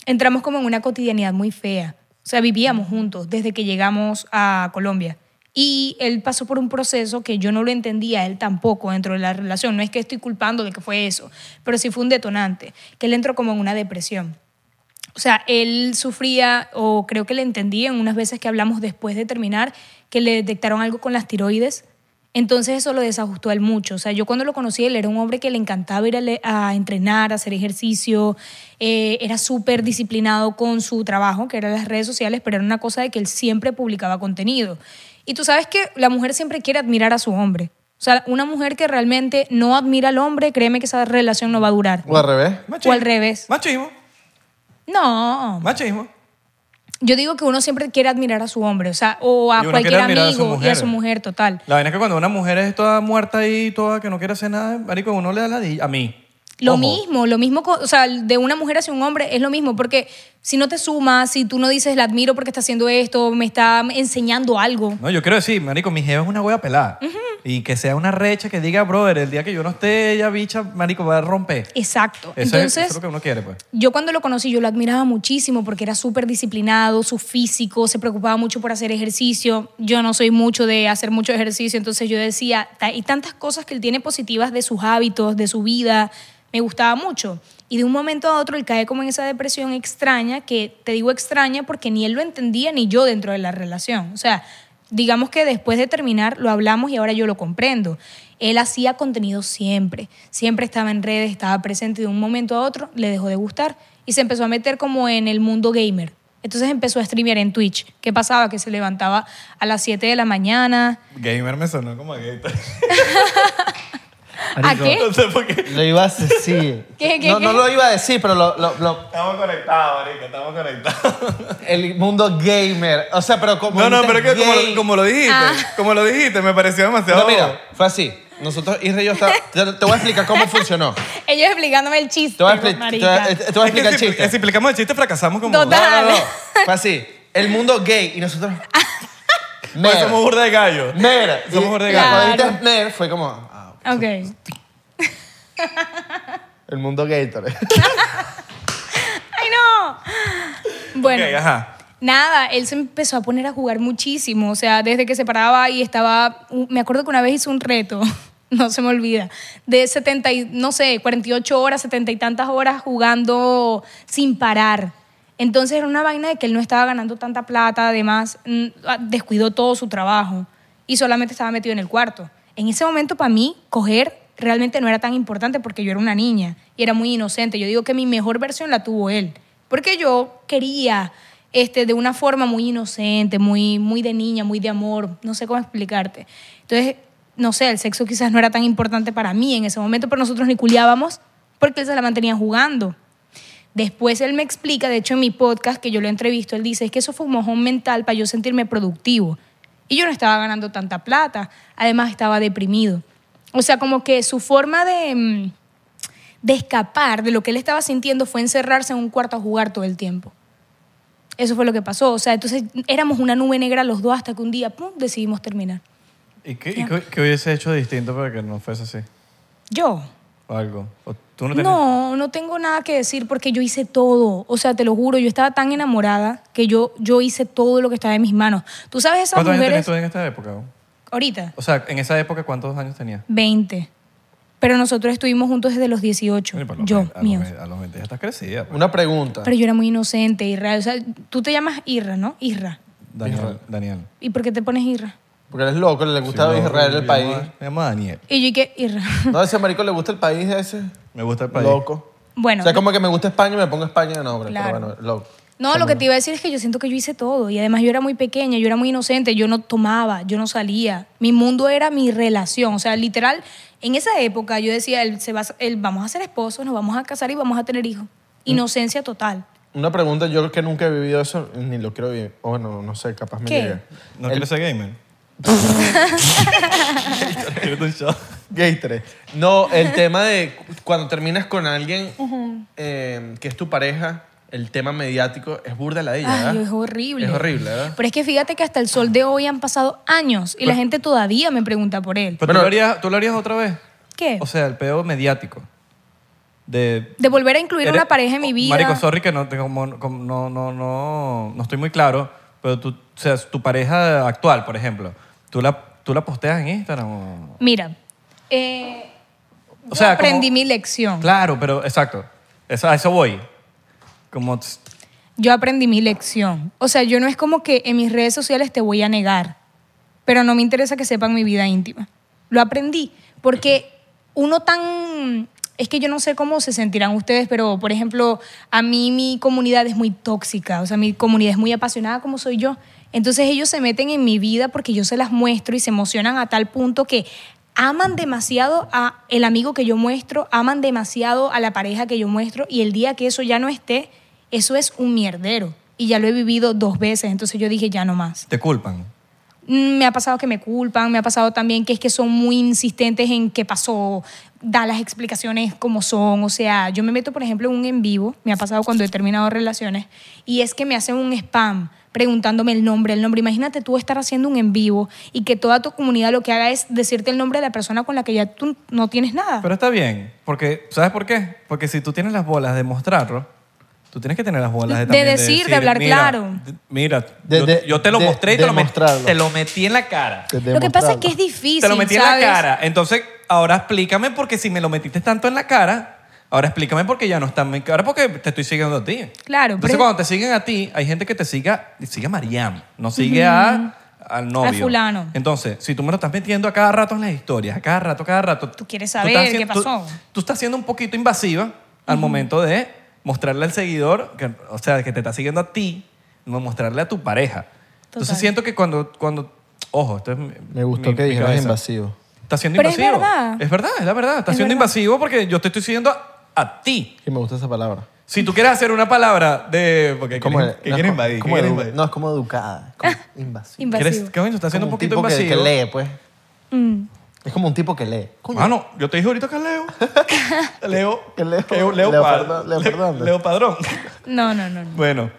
B: entramos como en una cotidianidad muy fea. O sea, vivíamos juntos desde que llegamos a Colombia. Y él pasó por un proceso que yo no lo entendía, él tampoco, dentro de la relación. No es que estoy culpando de que fue eso, pero sí fue un detonante, que él entró como en una depresión. O sea, él sufría, o creo que le entendí en unas veces que hablamos después de terminar, que le detectaron algo con las tiroides. Entonces eso lo desajustó a él mucho. O sea, yo cuando lo conocí, él era un hombre que le encantaba ir a, le- a entrenar, a hacer ejercicio, eh, era súper disciplinado con su trabajo, que eran las redes sociales, pero era una cosa de que él siempre publicaba contenido. Y tú sabes que la mujer siempre quiere admirar a su hombre. O sea, una mujer que realmente no admira al hombre, créeme que esa relación no va a durar.
C: O al revés.
A: Machismo.
B: O al revés.
A: Machismo.
B: No.
A: Machismo.
B: Yo digo que uno siempre quiere admirar a su hombre, o sea, o a
A: Y uno
B: cualquier
A: quiere admirar a su
B: amigo y a
A: mujer.
B: su mujer, total.
A: La vaina es que cuando una mujer es toda muerta y toda que no quiere hacer nada, marico, uno le da la di- a mí.
B: Lo
C: Ojo.
B: mismo, lo mismo, co- o sea, de una mujer hacia un hombre es lo mismo, porque si no te sumas, si tú no dices, la admiro porque está haciendo esto, me está enseñando algo.
A: No, yo quiero decir, marico, mi jeva es una hueva pelada. Y que sea una recha que diga, brother, el día que yo no esté, ella bicha, marico, va a romper.
B: Exacto.
A: Eso, es, eso
B: Entonces,
A: es lo que uno quiere, pues.
B: yo cuando lo conocí, yo lo admiraba muchísimo porque era súper disciplinado, su físico, se preocupaba mucho por hacer ejercicio. Yo no soy mucho de hacer mucho ejercicio, entonces yo decía, "Ta- hay tantas cosas que él tiene positivas de sus hábitos, de su vida, me gustaba mucho. Y de un momento a otro él cae como en esa depresión extraña, que te digo extraña porque ni él lo entendía ni yo dentro de la relación. O sea, digamos que después de terminar lo hablamos y ahora yo lo comprendo. Él hacía contenido siempre, siempre estaba en redes, estaba presente y de un momento a otro le dejó de gustar y se empezó a meter como en el mundo gamer. Entonces empezó a streamear en Twitch. ¿Qué pasaba? Que se levantaba a las 7 de la mañana.
A: Gamer me sonó como a gator.
B: ¿A qué?
A: No sé por qué.
C: Lo iba a decir.
B: ¿Qué, qué,
C: no,
B: qué?
C: no lo iba a decir, pero lo- lo- lo-
A: Estamos conectados, marico, estamos conectados.
C: el mundo gamer. O sea, pero como.
A: No, no, pero es que como,
C: gay-
A: lo- como lo dijiste,
B: Ah.
A: como lo dijiste, me pareció demasiado...
C: No, mira, fue así. Nosotros, Isra y yo, está- te, te voy a explicar cómo funcionó.
B: Ellos explicándome el chiste.
C: Te voy a, expli- te voy a-
B: marica.
C: te voy a
A: Es que
C: explicar el
A: si,
C: chiste.
A: Si explicamos el chiste, fracasamos como...
B: Total.
C: No, no, no. Fue así. El mundo gay y nosotros.
A: Pues
C: Nerd.
A: somos burda de gallo.
C: Nerd.
A: somos
C: Y-
A: burda de
C: y
A: gallo.
C: cuando
B: Claro.
C: dijiste nerd fue como. ah,
B: Ok.
D: El mundo Gator.
B: ¡Ay, no! Bueno.
A: Ok, ajá.
B: Nada, él se empezó a poner a jugar muchísimo, o sea, desde que se paraba y estaba, me acuerdo que una vez hizo un reto, no se me olvida, de 70, y, no sé, 48 horas, 70 y tantas horas jugando sin parar. Entonces era una vaina de que él no estaba ganando tanta plata, además mm, ah, descuidó todo su trabajo y solamente estaba metido en el cuarto. En ese momento para mí coger realmente no era tan importante porque yo era una niña y era muy inocente. Yo digo que mi mejor versión la tuvo él, porque yo quería este, de una forma muy inocente, muy, muy de niña, muy de amor, no sé cómo explicarte. Entonces, no sé, el sexo quizás no era tan importante para mí en ese momento, pero nosotros ni culiábamos porque él se la mantenía jugando. Después él me explica, de hecho en mi podcast que yo lo entrevisto, él dice, es que eso fue un mojón mental para yo sentirme productivo. Y yo no estaba ganando tanta plata, además estaba deprimido. O sea, como que su forma de, mm, de escapar de lo que él estaba sintiendo fue encerrarse en un cuarto a jugar todo el tiempo. Eso fue lo que pasó. O sea, entonces éramos una nube negra los dos hasta que un día, pum, decidimos terminar.
A: ¿Y qué, y qué- qué hubiese hecho distinto para que no fuese así?
B: Yo.
A: O algo. ¿O tú no tenías-
B: No, no tengo nada que decir porque yo hice todo. O sea, te lo juro, yo estaba tan enamorada que yo, yo hice todo lo que estaba en mis manos. Tú sabes esas
A: ¿Cuántos años tenías
B: mujeres.
A: tú en esta época? güey?
B: Ahorita,
A: O sea, en esa época, ¿cuántos años tenías?
B: 20. Pero nosotros estuvimos juntos desde los 18.
A: Oye, por lo
B: yo,
A: menos, a
B: mío.
A: Los, ve- a los 20 ya estás crecida. pues.
C: Una pregunta.
B: Pero yo era muy inocente, Irra. O sea, tú te llamas Irra, ¿no? Irra.
A: Daniel. Daniel.
B: ¿Y por qué te pones Irra?
C: Porque eres loco, le gusta
A: Sí, no,
C: Israel, el
A: me
C: país.
A: llamo- Me llamo Daniel.
B: Y yo, ¿y qué? Irra.
C: No, ese marico le gusta el país ese.
A: Me gusta el país.
C: Loco.
B: Bueno.
C: o sea, como que me gusta España y me pongo España de nombre.
B: Claro.
C: Pero bueno, loco.
B: No, lo que te iba a decir es que yo siento que yo hice todo y además yo era muy pequeña, yo era muy inocente, yo no tomaba, yo no salía. Mi mundo era mi relación, o sea, literal, en esa época yo decía, él se va, a- él, vamos a ser esposos, nos vamos a casar y vamos a tener hijos.
A: Mm.
B: Inocencia total.
C: Una pregunta, yo que nunca he vivido eso, ni lo quiero vivir. O bueno, no sé, capaz me
B: ¿Qué?
C: llega.
A: ¿No
C: El-
A: quieres ser gamer? Quieres un show.
C: Gay 3. No, el tema de cu- cuando terminas con alguien eh, que es tu pareja, el tema mediático es burda la de ella,
B: Ay,
C: ¿verdad?
B: es horrible.
C: Es horrible, ¿verdad?
B: Pero es que fíjate que hasta el sol de hoy han pasado años y la gente todavía me pregunta por él.
A: Pero
C: Bueno,
A: tú, lo harías, tú lo harías otra vez.
B: ¿Qué?
A: O sea, el pedo mediático. De.
B: De volver a incluir
A: eres- oh,
B: una pareja en mi vida.
A: Marico, sorry que no, tengo- como- como- no, no, no, no estoy muy claro, pero tú, o sea, tu pareja actual, por ejemplo, ¿tú la, tú la posteas en Instagram o...?
B: Mira, eh,
A: O
B: yo
A: sea,
B: aprendí
A: como-
B: mi lección.
A: Claro, pero exacto. Eso, a eso voy. Como tss,
B: yo aprendí mi lección. O sea, yo no es como que en mis redes sociales te voy a negar, pero no me interesa que sepan mi vida íntima. Lo aprendí porque uno tan... Es que yo no sé cómo se sentirán ustedes, pero por ejemplo, a mí mi comunidad es muy tóxica, o sea, mi comunidad es muy apasionada como soy yo. Entonces ellos se meten en mi vida porque yo se las muestro y se emocionan a tal punto que aman demasiado a el amigo que yo muestro, aman demasiado a la pareja que yo muestro y el día que eso ya no esté, eso es un mierdero. Y ya lo he vivido dos veces, entonces yo dije ya no más.
A: te culpan.
B: Mm, Me ha pasado que me culpan, me ha pasado también que es que son muy insistentes en qué pasó, da las explicaciones como son, o sea, yo me meto, por ejemplo, en un en vivo, me ha pasado cuando he terminado relaciones, y es que me hacen un spam preguntándome el nombre, el nombre. Imagínate tú estar haciendo un en vivo y que toda tu comunidad lo que haga es decirte el nombre de la persona con la que ya tú no tienes
C: Ah.
B: nada.
A: Pero está bien, porque ¿sabes por qué? Porque si tú tienes las bolas de mostrarlo, tú tienes que tener las bolas de
B: De
A: también
B: decir, de hablar
A: "Mira,
B: claro".
A: d- Mira,
C: De-
A: yo,
C: de-
A: yo te lo
C: de-
A: mostré y
C: de
A: te, lo met-
C: mostrarlo.
A: te lo metí en la cara.
B: lo que pasa es que es difícil.
A: Te lo metí en
B: ¿sabes?
A: la cara. Entonces, ahora explícame porque si me lo metiste tanto en la cara, ahora explícame porque ya no está en mi cara, porque te estoy siguiendo a ti.
B: Claro,
A: Entonces,
B: pero-
A: cuando te siguen a ti, hay gente que te siga, sigue a Mariam, no sigue a, al novio.
B: fulano.
A: Entonces, si tú me lo estás metiendo a cada rato en las historias, a cada rato, a cada rato.
B: Tú quieres saber
A: estás
B: qué
A: tú-
B: pasó.
A: Tú, estás siendo un poquito invasiva al momento de mostrarle al seguidor, que, o sea, que te está siguiendo a ti, no mostrarle a tu pareja. Entonces,
B: Total.
A: siento que cuando, cuando ojo, esto es mi-
C: Me gustó
A: mi-
C: que
A: mi
C: dijeras
A: cabeza.
C: invasivo.
A: Está siendo
B: Pero es
A: invasivo.
B: verdad.
A: Es verdad, es la verdad. Está
B: Es
A: siendo
B: verdad.
A: invasivo porque yo te estoy siguiendo a, a ti.
C: Y me gusta esa palabra.
A: Si tú quieres hacer una palabra de... Porque
C: ¿Cómo
A: quieres-
C: es?
A: que
C: No,
A: quieres
C: es como-
A: invadir,
C: como
A: que quieres
C: edu-
A: invadir.
C: No, es como educada. como
B: Ah.
C: invasivo.
B: Invasivo.
A: ¿Quieres- coño, está siendo
C: Como
A: un poquito
C: tipo que-
A: invasivo.
C: Que, lee, pues.
B: Mm.
C: Es como un tipo que lee. Ah, Coño,
A: Mano, Ah, yo te dije ahorita que leo. leo.
C: Que leo-
A: que Leo,
C: Leo
A: Pad-
C: Perdón- Leo
A: Le-
C: Fernández.
A: Leo Padrón.
B: No, no, no. no.
A: bueno.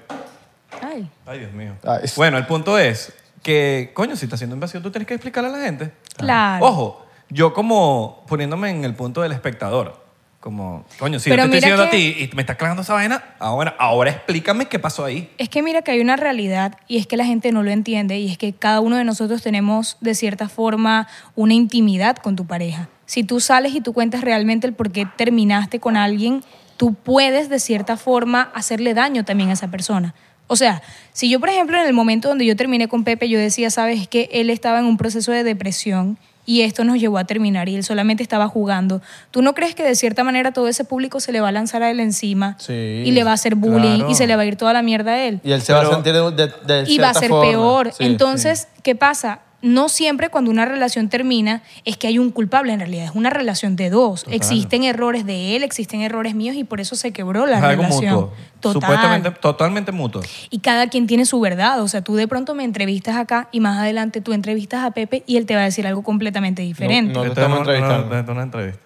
B: Ay.
A: Ay, Dios mío.
C: Ah, es-
A: Bueno, el punto es que, coño, si está siendo invasivo, tú tienes que explicarle a la gente.
B: Claro.
A: Ojo, yo como poniéndome en el punto del espectador. Como, coño, si
B: Pero
A: yo te estoy
B: mira
A: diciendo
B: que-
A: a ti y me estás clavando esa vaina, ahora, ahora explícame qué pasó ahí.
B: Es que mira que hay una realidad y es que la gente no lo entiende y es que cada uno de nosotros tenemos de cierta forma una intimidad con tu pareja. Si tú sales y tú cuentas realmente el por qué terminaste con alguien, tú puedes de cierta forma hacerle daño también a esa persona. O sea, si yo por ejemplo en el momento donde yo terminé con Pepe, yo decía, sabes, es que él estaba en un proceso de depresión y esto nos llevó a terminar y él solamente estaba jugando. ¿Tú no crees que de cierta manera todo ese público se le va a lanzar a él encima
C: Sí,
B: y le va a hacer bullying
A: claro.
B: y se le va a ir toda la mierda a él?
C: Y él se va a
A: Pero-
C: sentir de, de, de
B: y va a
C: cierta
B: ser
C: forma.
B: peor.
C: Sí,
B: Entonces,
C: sí.
B: ¿qué pasa? No siempre cuando una relación termina es que hay un culpable en realidad, es una relación de dos. Existen errores de él, existen errores míos y por eso se quebró la
A: Es algo
B: relación.
A: mutuo.
B: Total.
A: Supuestamente, totalmente mutuo.
B: Y cada quien tiene su verdad. O sea, tú de pronto me entrevistas acá y más adelante tú entrevistas a Pepe y él te va a decir algo completamente diferente.
C: No, lo
A: Esto
C: estamos
A: es una-
C: entrevistando.
A: una- esto es una entrevista.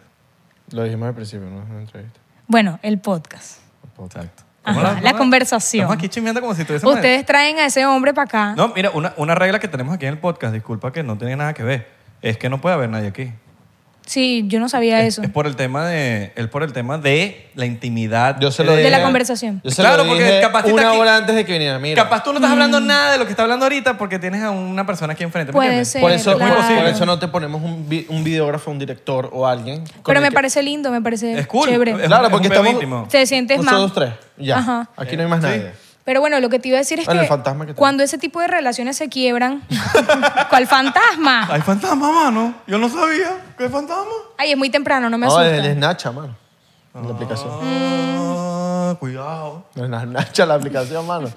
C: Lo dijimos al principio, no es una entrevista.
B: Bueno, el podcast.
A: Exacto.
B: Ajá,
A: ¿Cómo
B: la conversación.
A: Estamos aquí chismeando como si estuviésemos...
B: Ustedes traen a ese hombre para acá.
A: No, mira, una, una regla que tenemos aquí en el podcast, disculpa que no tiene nada que ver, es que no puede haber nadie aquí.
B: Sí, yo no sabía
A: Es,
B: eso.
A: es por el tema de, es por el tema de la intimidad.
C: Yo se lo
B: Eh, de
C: dije.
B: la conversación.
C: Yo se
A: Claro,
C: lo
A: porque
C: dije
A: capaz que está
C: una
A: aquí-
C: hora antes de que viniera. Mira.
A: Capaz tú no estás hablando nada de lo que está hablando ahorita porque tienes a una persona aquí enfrente. ¿me
B: Mm. Puede
A: entiendes?
B: ser.
C: por eso,
A: claro.
C: por eso no te ponemos un, vi- un videógrafo, un director o alguien. con
B: Pero
C: el
B: me
C: que-
B: parece lindo, me parece
A: Es cool.
B: chévere.
A: Es-
C: Claro,
A: un
C: porque
A: pedo
C: estamos.
A: íntimo.
B: Te sientes más.
C: Nosotros tres. Ya.
B: Ajá.
C: Aquí no hay más
A: Sí.
C: nadie.
B: Pero bueno, lo que te iba a decir es
A: Ah,
C: Bueno,
B: que
C: el fantasma que te-
B: cuando ese tipo de relaciones se quiebran, ¿cuál fantasma?
E: Hay fantasma, mano. Yo no sabía que hay fantasma.
B: Ay, es muy temprano, no me
C: No,
B: asusta. Oh.
C: es, es Nacha, mano. La aplicación.
B: Mm.
E: Ah, cuidado.
C: No, es Nacha la aplicación, mano.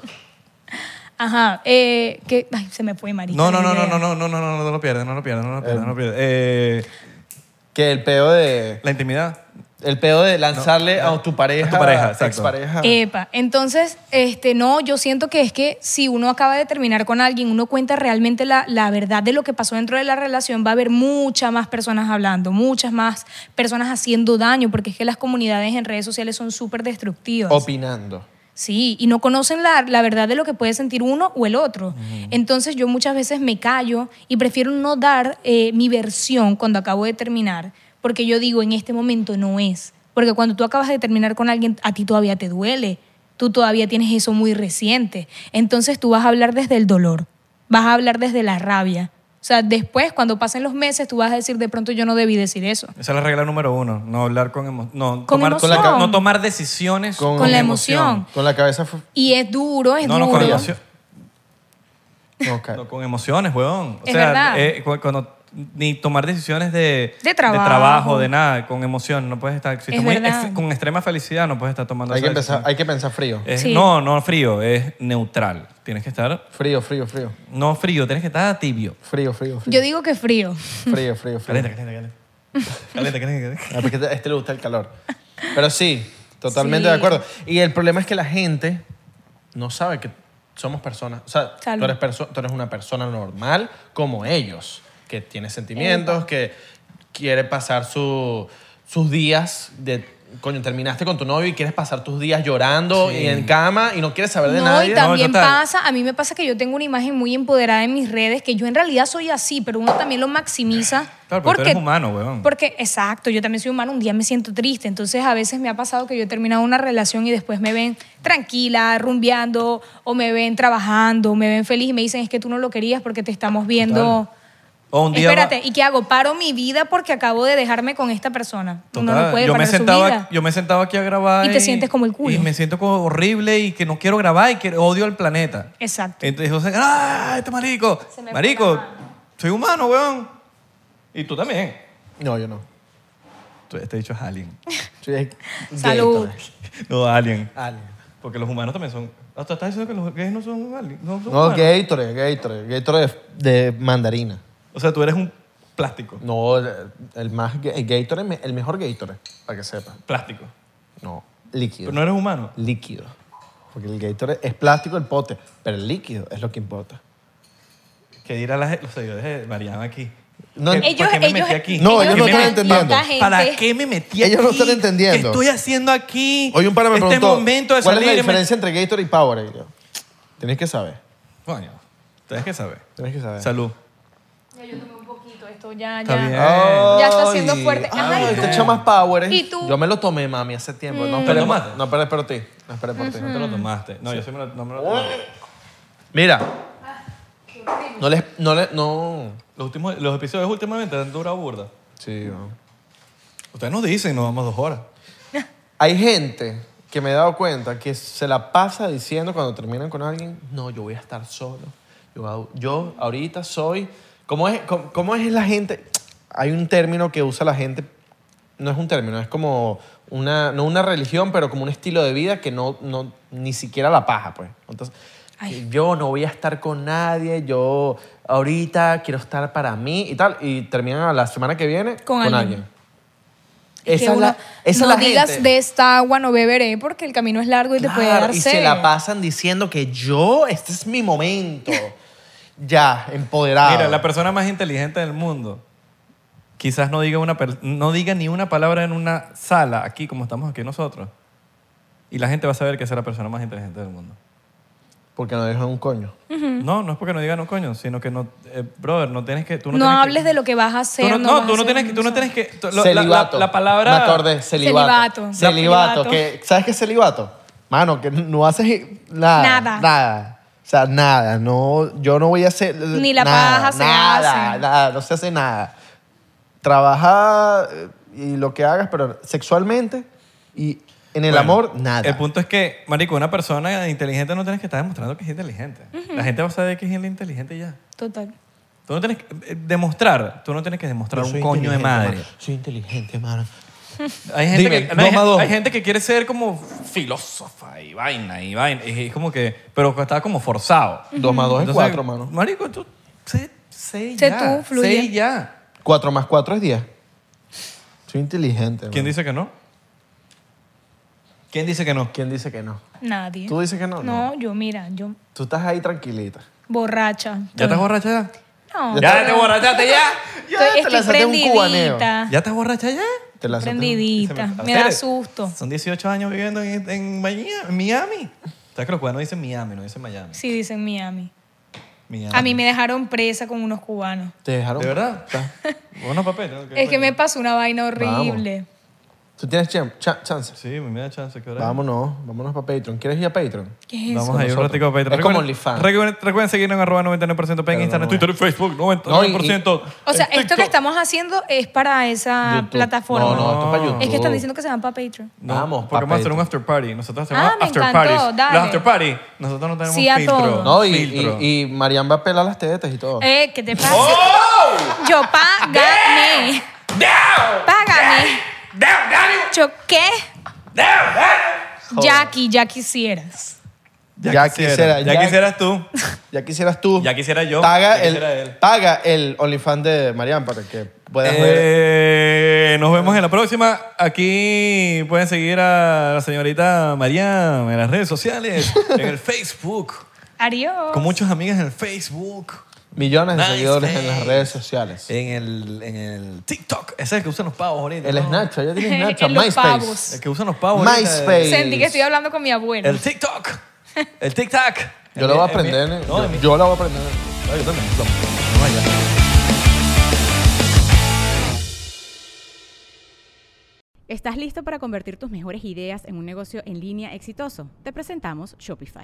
B: Ajá, eh, que ay, se me fue marica.
A: No, no,
B: la
A: no, no,
B: idea.
A: no, no, no, no, no, no lo pierdes, no lo pierdes, no lo pierdes, no lo pierdes. Eh,
C: Que el peo de.
A: la intimidad.
C: El peo de lanzarle a tu pareja.
A: A tu pareja, exacto.
C: expareja.
B: Epa, entonces, este, no, yo siento que es que si uno acaba de terminar con alguien, uno cuenta realmente la, la verdad de lo que pasó dentro de la relación, va a haber muchas más personas hablando, muchas más personas haciendo daño, porque es que las comunidades en redes sociales son súper destructivas.
C: opinando.
B: Sí, y no conocen la, la verdad de lo que puede sentir uno o el otro. Entonces yo muchas veces me callo y prefiero no dar eh, mi versión cuando acabo de terminar, porque yo digo, en este momento no es. Porque cuando tú acabas de terminar con alguien, a ti todavía te duele, tú todavía tienes eso muy reciente. Entonces tú vas a hablar desde el dolor, vas a hablar desde la rabia. O sea, después, cuando pasen los meses, tú vas a decir, de pronto yo no debí decir eso.
A: Esa es la regla número uno. No hablar con emoción. No,
B: Con
A: tomar,
B: emoción.
A: la ca- no tomar decisiones.
B: Con la emoción.
C: Con la cabeza. fu-
B: Y es duro, es
A: no, no,
B: duro.
A: con emoción.
C: Ok.
A: No, con emociones, weón. O
B: Es
A: sea,
B: verdad.
A: eh, cu- cuando ni tomar decisiones de,
B: De trabajo.
A: de trabajo, de nada, con emoción. No puedes estar. Si
B: Es
A: estás muy
B: verdad.
A: ex- con extrema felicidad, no puedes estar tomando
C: Hay que,
A: esa
C: empezar,
A: decisión.
C: hay que pensar frío.
A: Es-
B: Sí.
A: No, no frío, es neutral. Tienes que estar.
C: Frío, frío, frío.
A: No frío, tienes que estar tibio.
C: Frío, frío, frío.
B: Yo digo que frío.
C: Frío, frío, frío.
A: Caliente, caliente, caliente. Caliente, caliente, caliente.
C: Ah, porque a este le gusta el calor. Pero sí, totalmente
B: Sí.
C: de acuerdo. Y el problema es que la gente no sabe que somos personas. O sea,
B: Salud.
C: tú eres, perso- tú eres una persona normal como ellos, que tiene sentimientos, que quiere pasar su- sus días de... Coño, terminaste con tu novio y quieres pasar tus días llorando y en cama y no quieres saber de
B: No,
C: nadie.
B: y también
A: No, total.
B: pasa, a mí me pasa que yo tengo una imagen muy empoderada en mis redes, que yo en realidad soy así, pero uno también lo maximiza.
A: Claro, porque tú eres humano, weón.
B: Porque, exacto, yo también soy humano, un día me siento triste, entonces a veces me ha pasado que yo he terminado una relación y después me ven tranquila, rumbeando, o me ven trabajando, o me ven feliz y me dicen, es que tú no lo querías porque te estamos viendo...
A: O un día
B: Espérate,
A: va-
B: ¿y qué hago? Paro mi vida porque acabo de dejarme con esta persona. Uno
A: Total,
B: no puede
A: yo me
B: parar su
A: sentaba,
B: vida.
A: Yo me sentaba aquí a grabar.
B: Y te sientes como el culo.
A: Y me siento como horrible y que no quiero grabar y que odio al planeta.
B: Exacto.
A: Entonces, o sea, ¡ah, este marico!
B: Se me fue
A: Marico,
B: la mano.
A: soy humano, weón. Y tú también.
C: No, yo no.
A: Tú, este dicho es alien.
C: Soy gay
B: Salud.
C: también.
A: no, alien.
C: Alien.
A: Porque los humanos también son... Ah, ¿Tú estás diciendo que los gays no son aliens? No, son
C: No,
A: humanos.
C: Gatorade, Gatorade, Gatorade de, de mandarina.
A: O sea, tú eres un plástico.
C: No, el, el más ga- el Gatorade, me- el mejor Gatorade, para que sepa.
A: Plástico.
C: No, líquido.
A: Pero no eres humano.
C: Líquido. Porque el Gatorade es plástico el pote, pero el líquido es lo que importa.
A: ¿Qué dirán las- los seguidores de Mariana aquí?
C: No,
A: ¿Qué-
B: Ellos-
A: ¿Por qué me
B: ellos-
A: metí aquí?
C: No,
A: ¿Por
C: ellos
A: qué
C: no
A: me
C: están
A: metí-
C: entendiendo.
B: tanta gente-
A: ¿Para qué me metí aquí?
C: Ellos no están entendiendo.
A: ¿Qué estoy haciendo aquí?
C: Hoy un pana me
A: este
C: preguntó,
A: momento de
C: ¿cuál es
A: salir
C: la
A: y me-
C: diferencia entre Gatorade y Powerade? Y yo, Tienes que saber,
A: Coño, tienes que saber.
C: tienes que saber.
A: Salud.
B: Yo tomé un poquito, esto ya,
A: Está
B: ya.
A: bien.
B: Ya está siendo fuerte.
C: Ay,
B: Ajá, ¿y
C: te
B: tú?
C: echa más Powerade.
B: ¿Y tú? Mm.
C: Yo me lo tomé, mami, hace tiempo. No,
A: ¿Te lo
C: esperé,
A: tomaste?
C: no esperé por ti. No esperé por ti.
A: No te lo tomaste. No, yo sí me lo, no me lo tomé.
C: Mira.
B: Ah,
C: No les. No les. No.
A: Los, últimos, los episodios últimamente han durado burda.
C: Sí, no.
A: Ustedes nos dicen, nos vamos dos horas.
C: Hay gente que me he dado cuenta que se la pasa diciendo cuando terminan con alguien, no, yo voy a estar solo. Yo, au- yo ahorita soy... ¿Cómo es, cómo, cómo es la gente? Hay un término que usa la gente, no es un término, es como una, no una religión, pero como un estilo de vida que no, no ni siquiera la paja, pues. Entonces,
B: Ay.
C: yo no voy a estar con nadie, yo ahorita quiero estar para mí y tal, y terminan la semana que viene
B: Con
C: con,
B: alguien.
C: alguien.
B: Es que
C: Esa es la,
B: uno-
C: esa
B: no
C: es la
B: digas
C: gente.
B: de esta agua no beberé porque el camino es largo y te puede
C: Claro,
B: dar
C: y
B: sed.
C: se la pasan diciendo que yo, este es mi momento. ya, empoderado.
A: Mira, la persona más inteligente del mundo quizás no diga, una, per- no diga ni una palabra en una sala, aquí como estamos aquí nosotros. Y la gente va a saber que esa es la persona más inteligente del mundo.
C: Porque no dejan un coño.
A: No, no es porque no digan un coño, sino que no, eh, brother, no tienes que... Tú no
B: no
A: tienes que-
B: hables de lo que vas a hacer.
A: Tú no, no,
B: vas a
A: tú no
B: hacer,
A: tienes que... Tú no tienes que tú- lo- la- la-
C: celibato.
A: La, palabra...
C: Me acordé,
B: Celibato.
C: celibato. Celibato.
B: Celibato.
C: que- ¿Sabes qué es celibato? Mano, que no haces nada.
B: Nada.
C: Nada. O sea, nada. No, yo no voy a hacer.
B: Ni la
C: nada,
B: paja se
C: Nada,
B: hace.
C: nada. No se hace nada. Trabaja eh, y lo que hagas, pero sexualmente y en el
A: Bueno,
C: amor, nada.
A: El punto es que, marico, una persona inteligente no tienes que estar demostrando que es inteligente. La gente va a saber que es inteligente y ya.
B: Total.
A: Tú no tienes que eh, demostrar, tú no tienes que demostrar
C: Yo
A: un
C: soy
A: coño de
C: inteligente,
A: madre.
C: mano. Soy inteligente, mano.
A: Hay gente,
C: Dime,
A: que, no, hay,
C: dos más dos.
A: hay gente que quiere ser como filósofa y vaina y vaina. Y es como que, pero estaba como forzado.
C: Dos más dos es
A: Entonces,
C: cuatro, mano.
A: Marico, tú, sé, sé
B: Sé
A: ya.
B: tú, fluye.
A: Sé ya.
C: Cuatro más cuatro es diez. Soy inteligente.
A: ¿Quién
C: mano.
A: dice que no? ¿Quién dice que no?
C: ¿Quién dice que no?
B: Nadie.
C: ¿Tú dices que no?
B: No, yo mira, yo
C: Tú estás ahí tranquilita.
B: borracha.
A: ¿Ya estás borracha ya?
B: No,
C: Ya
A: ¿Ya te borrachaste ya?
B: estoy,
C: te
B: estoy
C: lanzaste un cubaneo.
B: prendidita.
A: ¿Ya estás borracha ya?
C: Te la
B: Prendidita.
A: Se
B: Ah. Me da
A: Ustedes
B: susto.
A: Son 18 años viviendo en, en Miami- en Miami. ¿Sabes que los cubanos dicen Miami, no dicen Miami?
B: Sí, dicen Miami.
A: Miami.
B: A mí me dejaron presa con unos cubanos.
C: Te dejaron.
A: ¿De verdad? Buenos papeles. ¿no? ¿Qué
B: Es que
A: coño?
B: me pasó una vaina horrible.
C: Tú tienes cham- cha- chance.
A: Sí, me da chance. ¿Qué hora es?
C: Vámonos, vámonos para Patreon. ¿Quieres ir a Patreon?
B: ¿Qué es eso?
A: Vamos a ir un
C: nosotros.
A: ratico a Patreon.
C: Es como
A: Recuerden-
C: OnlyFans.
A: Recuerden, recuerden seguirnos en arroba 99% P en Instagram, Twitter y Facebook. 99%.
B: O sea,
A: en
B: esto que
A: TikTok.
B: estamos haciendo es para esa
C: YouTube.
B: plataforma.
C: No, no, esto es para YouTube.
B: Es que están diciendo que se van para Patreon.
A: No,
C: Vamos, pa'
A: porque vamos a hacer un
C: Patreon.
A: after party. Nosotros hacemos
B: Ah, me
A: after
B: encantó,
A: parties.
B: dale.
A: Los after party, nosotros no tenemos
B: Sí, a
A: filtro.
B: todo.
C: No, y,
A: filtro.
C: y, y Marian va a pelar las tetas y todo.
B: Eh, ¿qué te pasa? Yo pagané. Págame. Choqué. Jackie, ya quisieras.
A: ya,
C: Ya
A: quisiera,
C: quisiera,
A: ya,
C: ya-
A: quisieras tú.
C: Ya quisieras tú.
A: Ya quisiera yo, ya
C: Paga el,
A: quisiera él.
C: Paga el OnlyFans de Marian para que puedas ver.
A: Eh, nos vemos en la próxima. Aquí pueden seguir a la señorita María en las redes sociales, en el Facebook,
B: Adiós.
A: Con muchas amigas en el Facebook,
C: Millones de
A: Nice eh.
C: seguidores en
A: face.
C: las redes sociales.
A: en el, en el TikTok. Ese es el que usan los pavos ahorita.
C: El
A: ¿no?
C: Snapchat, ya tiene Snapchat,
B: En los
C: MySpace.
B: pavos.
A: El que usan los pavos ahorita.
C: MySpace.
B: Sentí que estoy hablando con mi abuela.
A: El TikTok. El TikTok.
C: Yo lo voy a aprender.
A: No,
C: eh.
A: en mi-
C: Yo yo lo voy a aprender.
A: Ah, yo también. Vamos, vamos allá.
F: ¿Estás listo para convertir tus mejores ideas en un negocio en línea exitoso? Te presentamos Shopify.